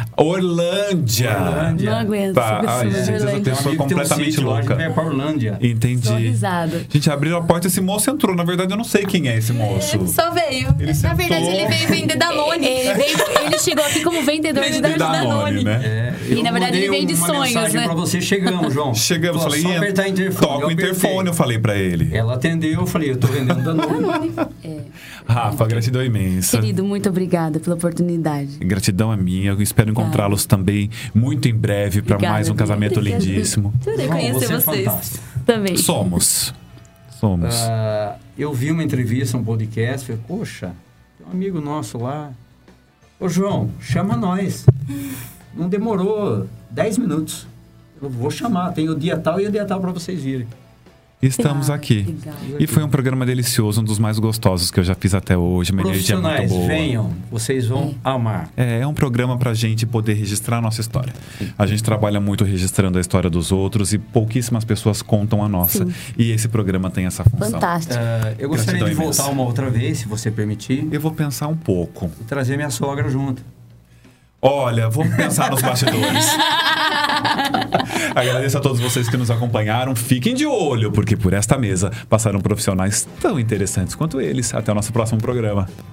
S1: Orlândia.
S3: Orlândia.
S4: Não aguento
S1: Tá,
S4: essa
S1: ai,
S4: pessoa.
S1: gente, essa
S3: Tem um
S1: pessoa é
S3: amigo que tem um
S1: completamente
S3: sítio lá, a gente
S1: louca.
S3: vai pra Orlândia.
S4: Sou
S1: Entendi.
S4: risada.
S1: Gente, abriram a porta e esse moço entrou. Na verdade, eu não sei quem é esse moço.
S2: Ele só veio.
S1: Ele
S2: Na verdade,
S1: sentou.
S2: ele veio vender Danone.
S4: Ele, veio- ele chegou aqui como vendedor de
S1: De Danone,
S4: Danone.
S1: né?
S3: É,
S4: E,
S3: eu
S4: na verdade, ele
S3: mandei
S4: vem de
S3: uma
S4: sonhos,
S3: mensagem
S4: né?
S3: pra você, chegamos, João.
S1: É. Chegamos,
S3: Tô,
S1: falei,
S3: só
S1: "Ih,
S3: apertar interfone.
S1: toca
S3: eu
S1: o
S3: apertei. É.
S1: interfone, eu falei pra ele.
S3: Ela atendeu, eu falei, eu tô vendendo Danone.
S1: Rafa, gratidão imensa.
S4: É. Querido, muito obrigada pela oportunidade.
S1: Gratidão é minha. Eu espero encontrá-los também muito em breve para
S4: Obrigada,
S1: mais um
S4: Bia.
S1: casamento
S2: Obrigada.
S1: lindíssimo.
S2: Adorei
S3: João,
S2: conhecer
S3: você é
S2: vocês.
S3: fantástico.
S4: Também.
S1: Somos. Somos.
S3: Ah, eu vi uma entrevista, um podcast, falei, poxa, tem um amigo nosso lá. Ô, João, chama nós. Não demorou 10 minutos. Eu vou chamar, tem o dia tal e o dia tal pra vocês virem.
S1: Estamos
S4: Ah,
S1: aqui.
S4: legal.
S1: E foi um programa delicioso, um dos mais gostosos que eu já fiz até hoje. Uma energia é muito
S3: Profissionais,
S1: boa.
S3: venham, vocês vão amar.
S1: É, é um programa para a gente poder registrar a nossa história. A gente trabalha muito registrando a história dos outros e pouquíssimas pessoas contam a nossa. E esse programa tem essa função.
S4: Fantástico.
S3: Ah, eu gostaria
S1: Gratidão
S3: de voltar
S1: imensa.
S3: uma outra vez, se você permitir,
S1: Eu vou pensar um pouco.
S3: e trazer minha sogra junto.
S1: Olha, vamos pensar nos bastidores. Agradeço a todos vocês que nos acompanharam. Fiquem de olho, porque por esta mesa passaram profissionais tão interessantes quanto eles. Até o nosso próximo programa.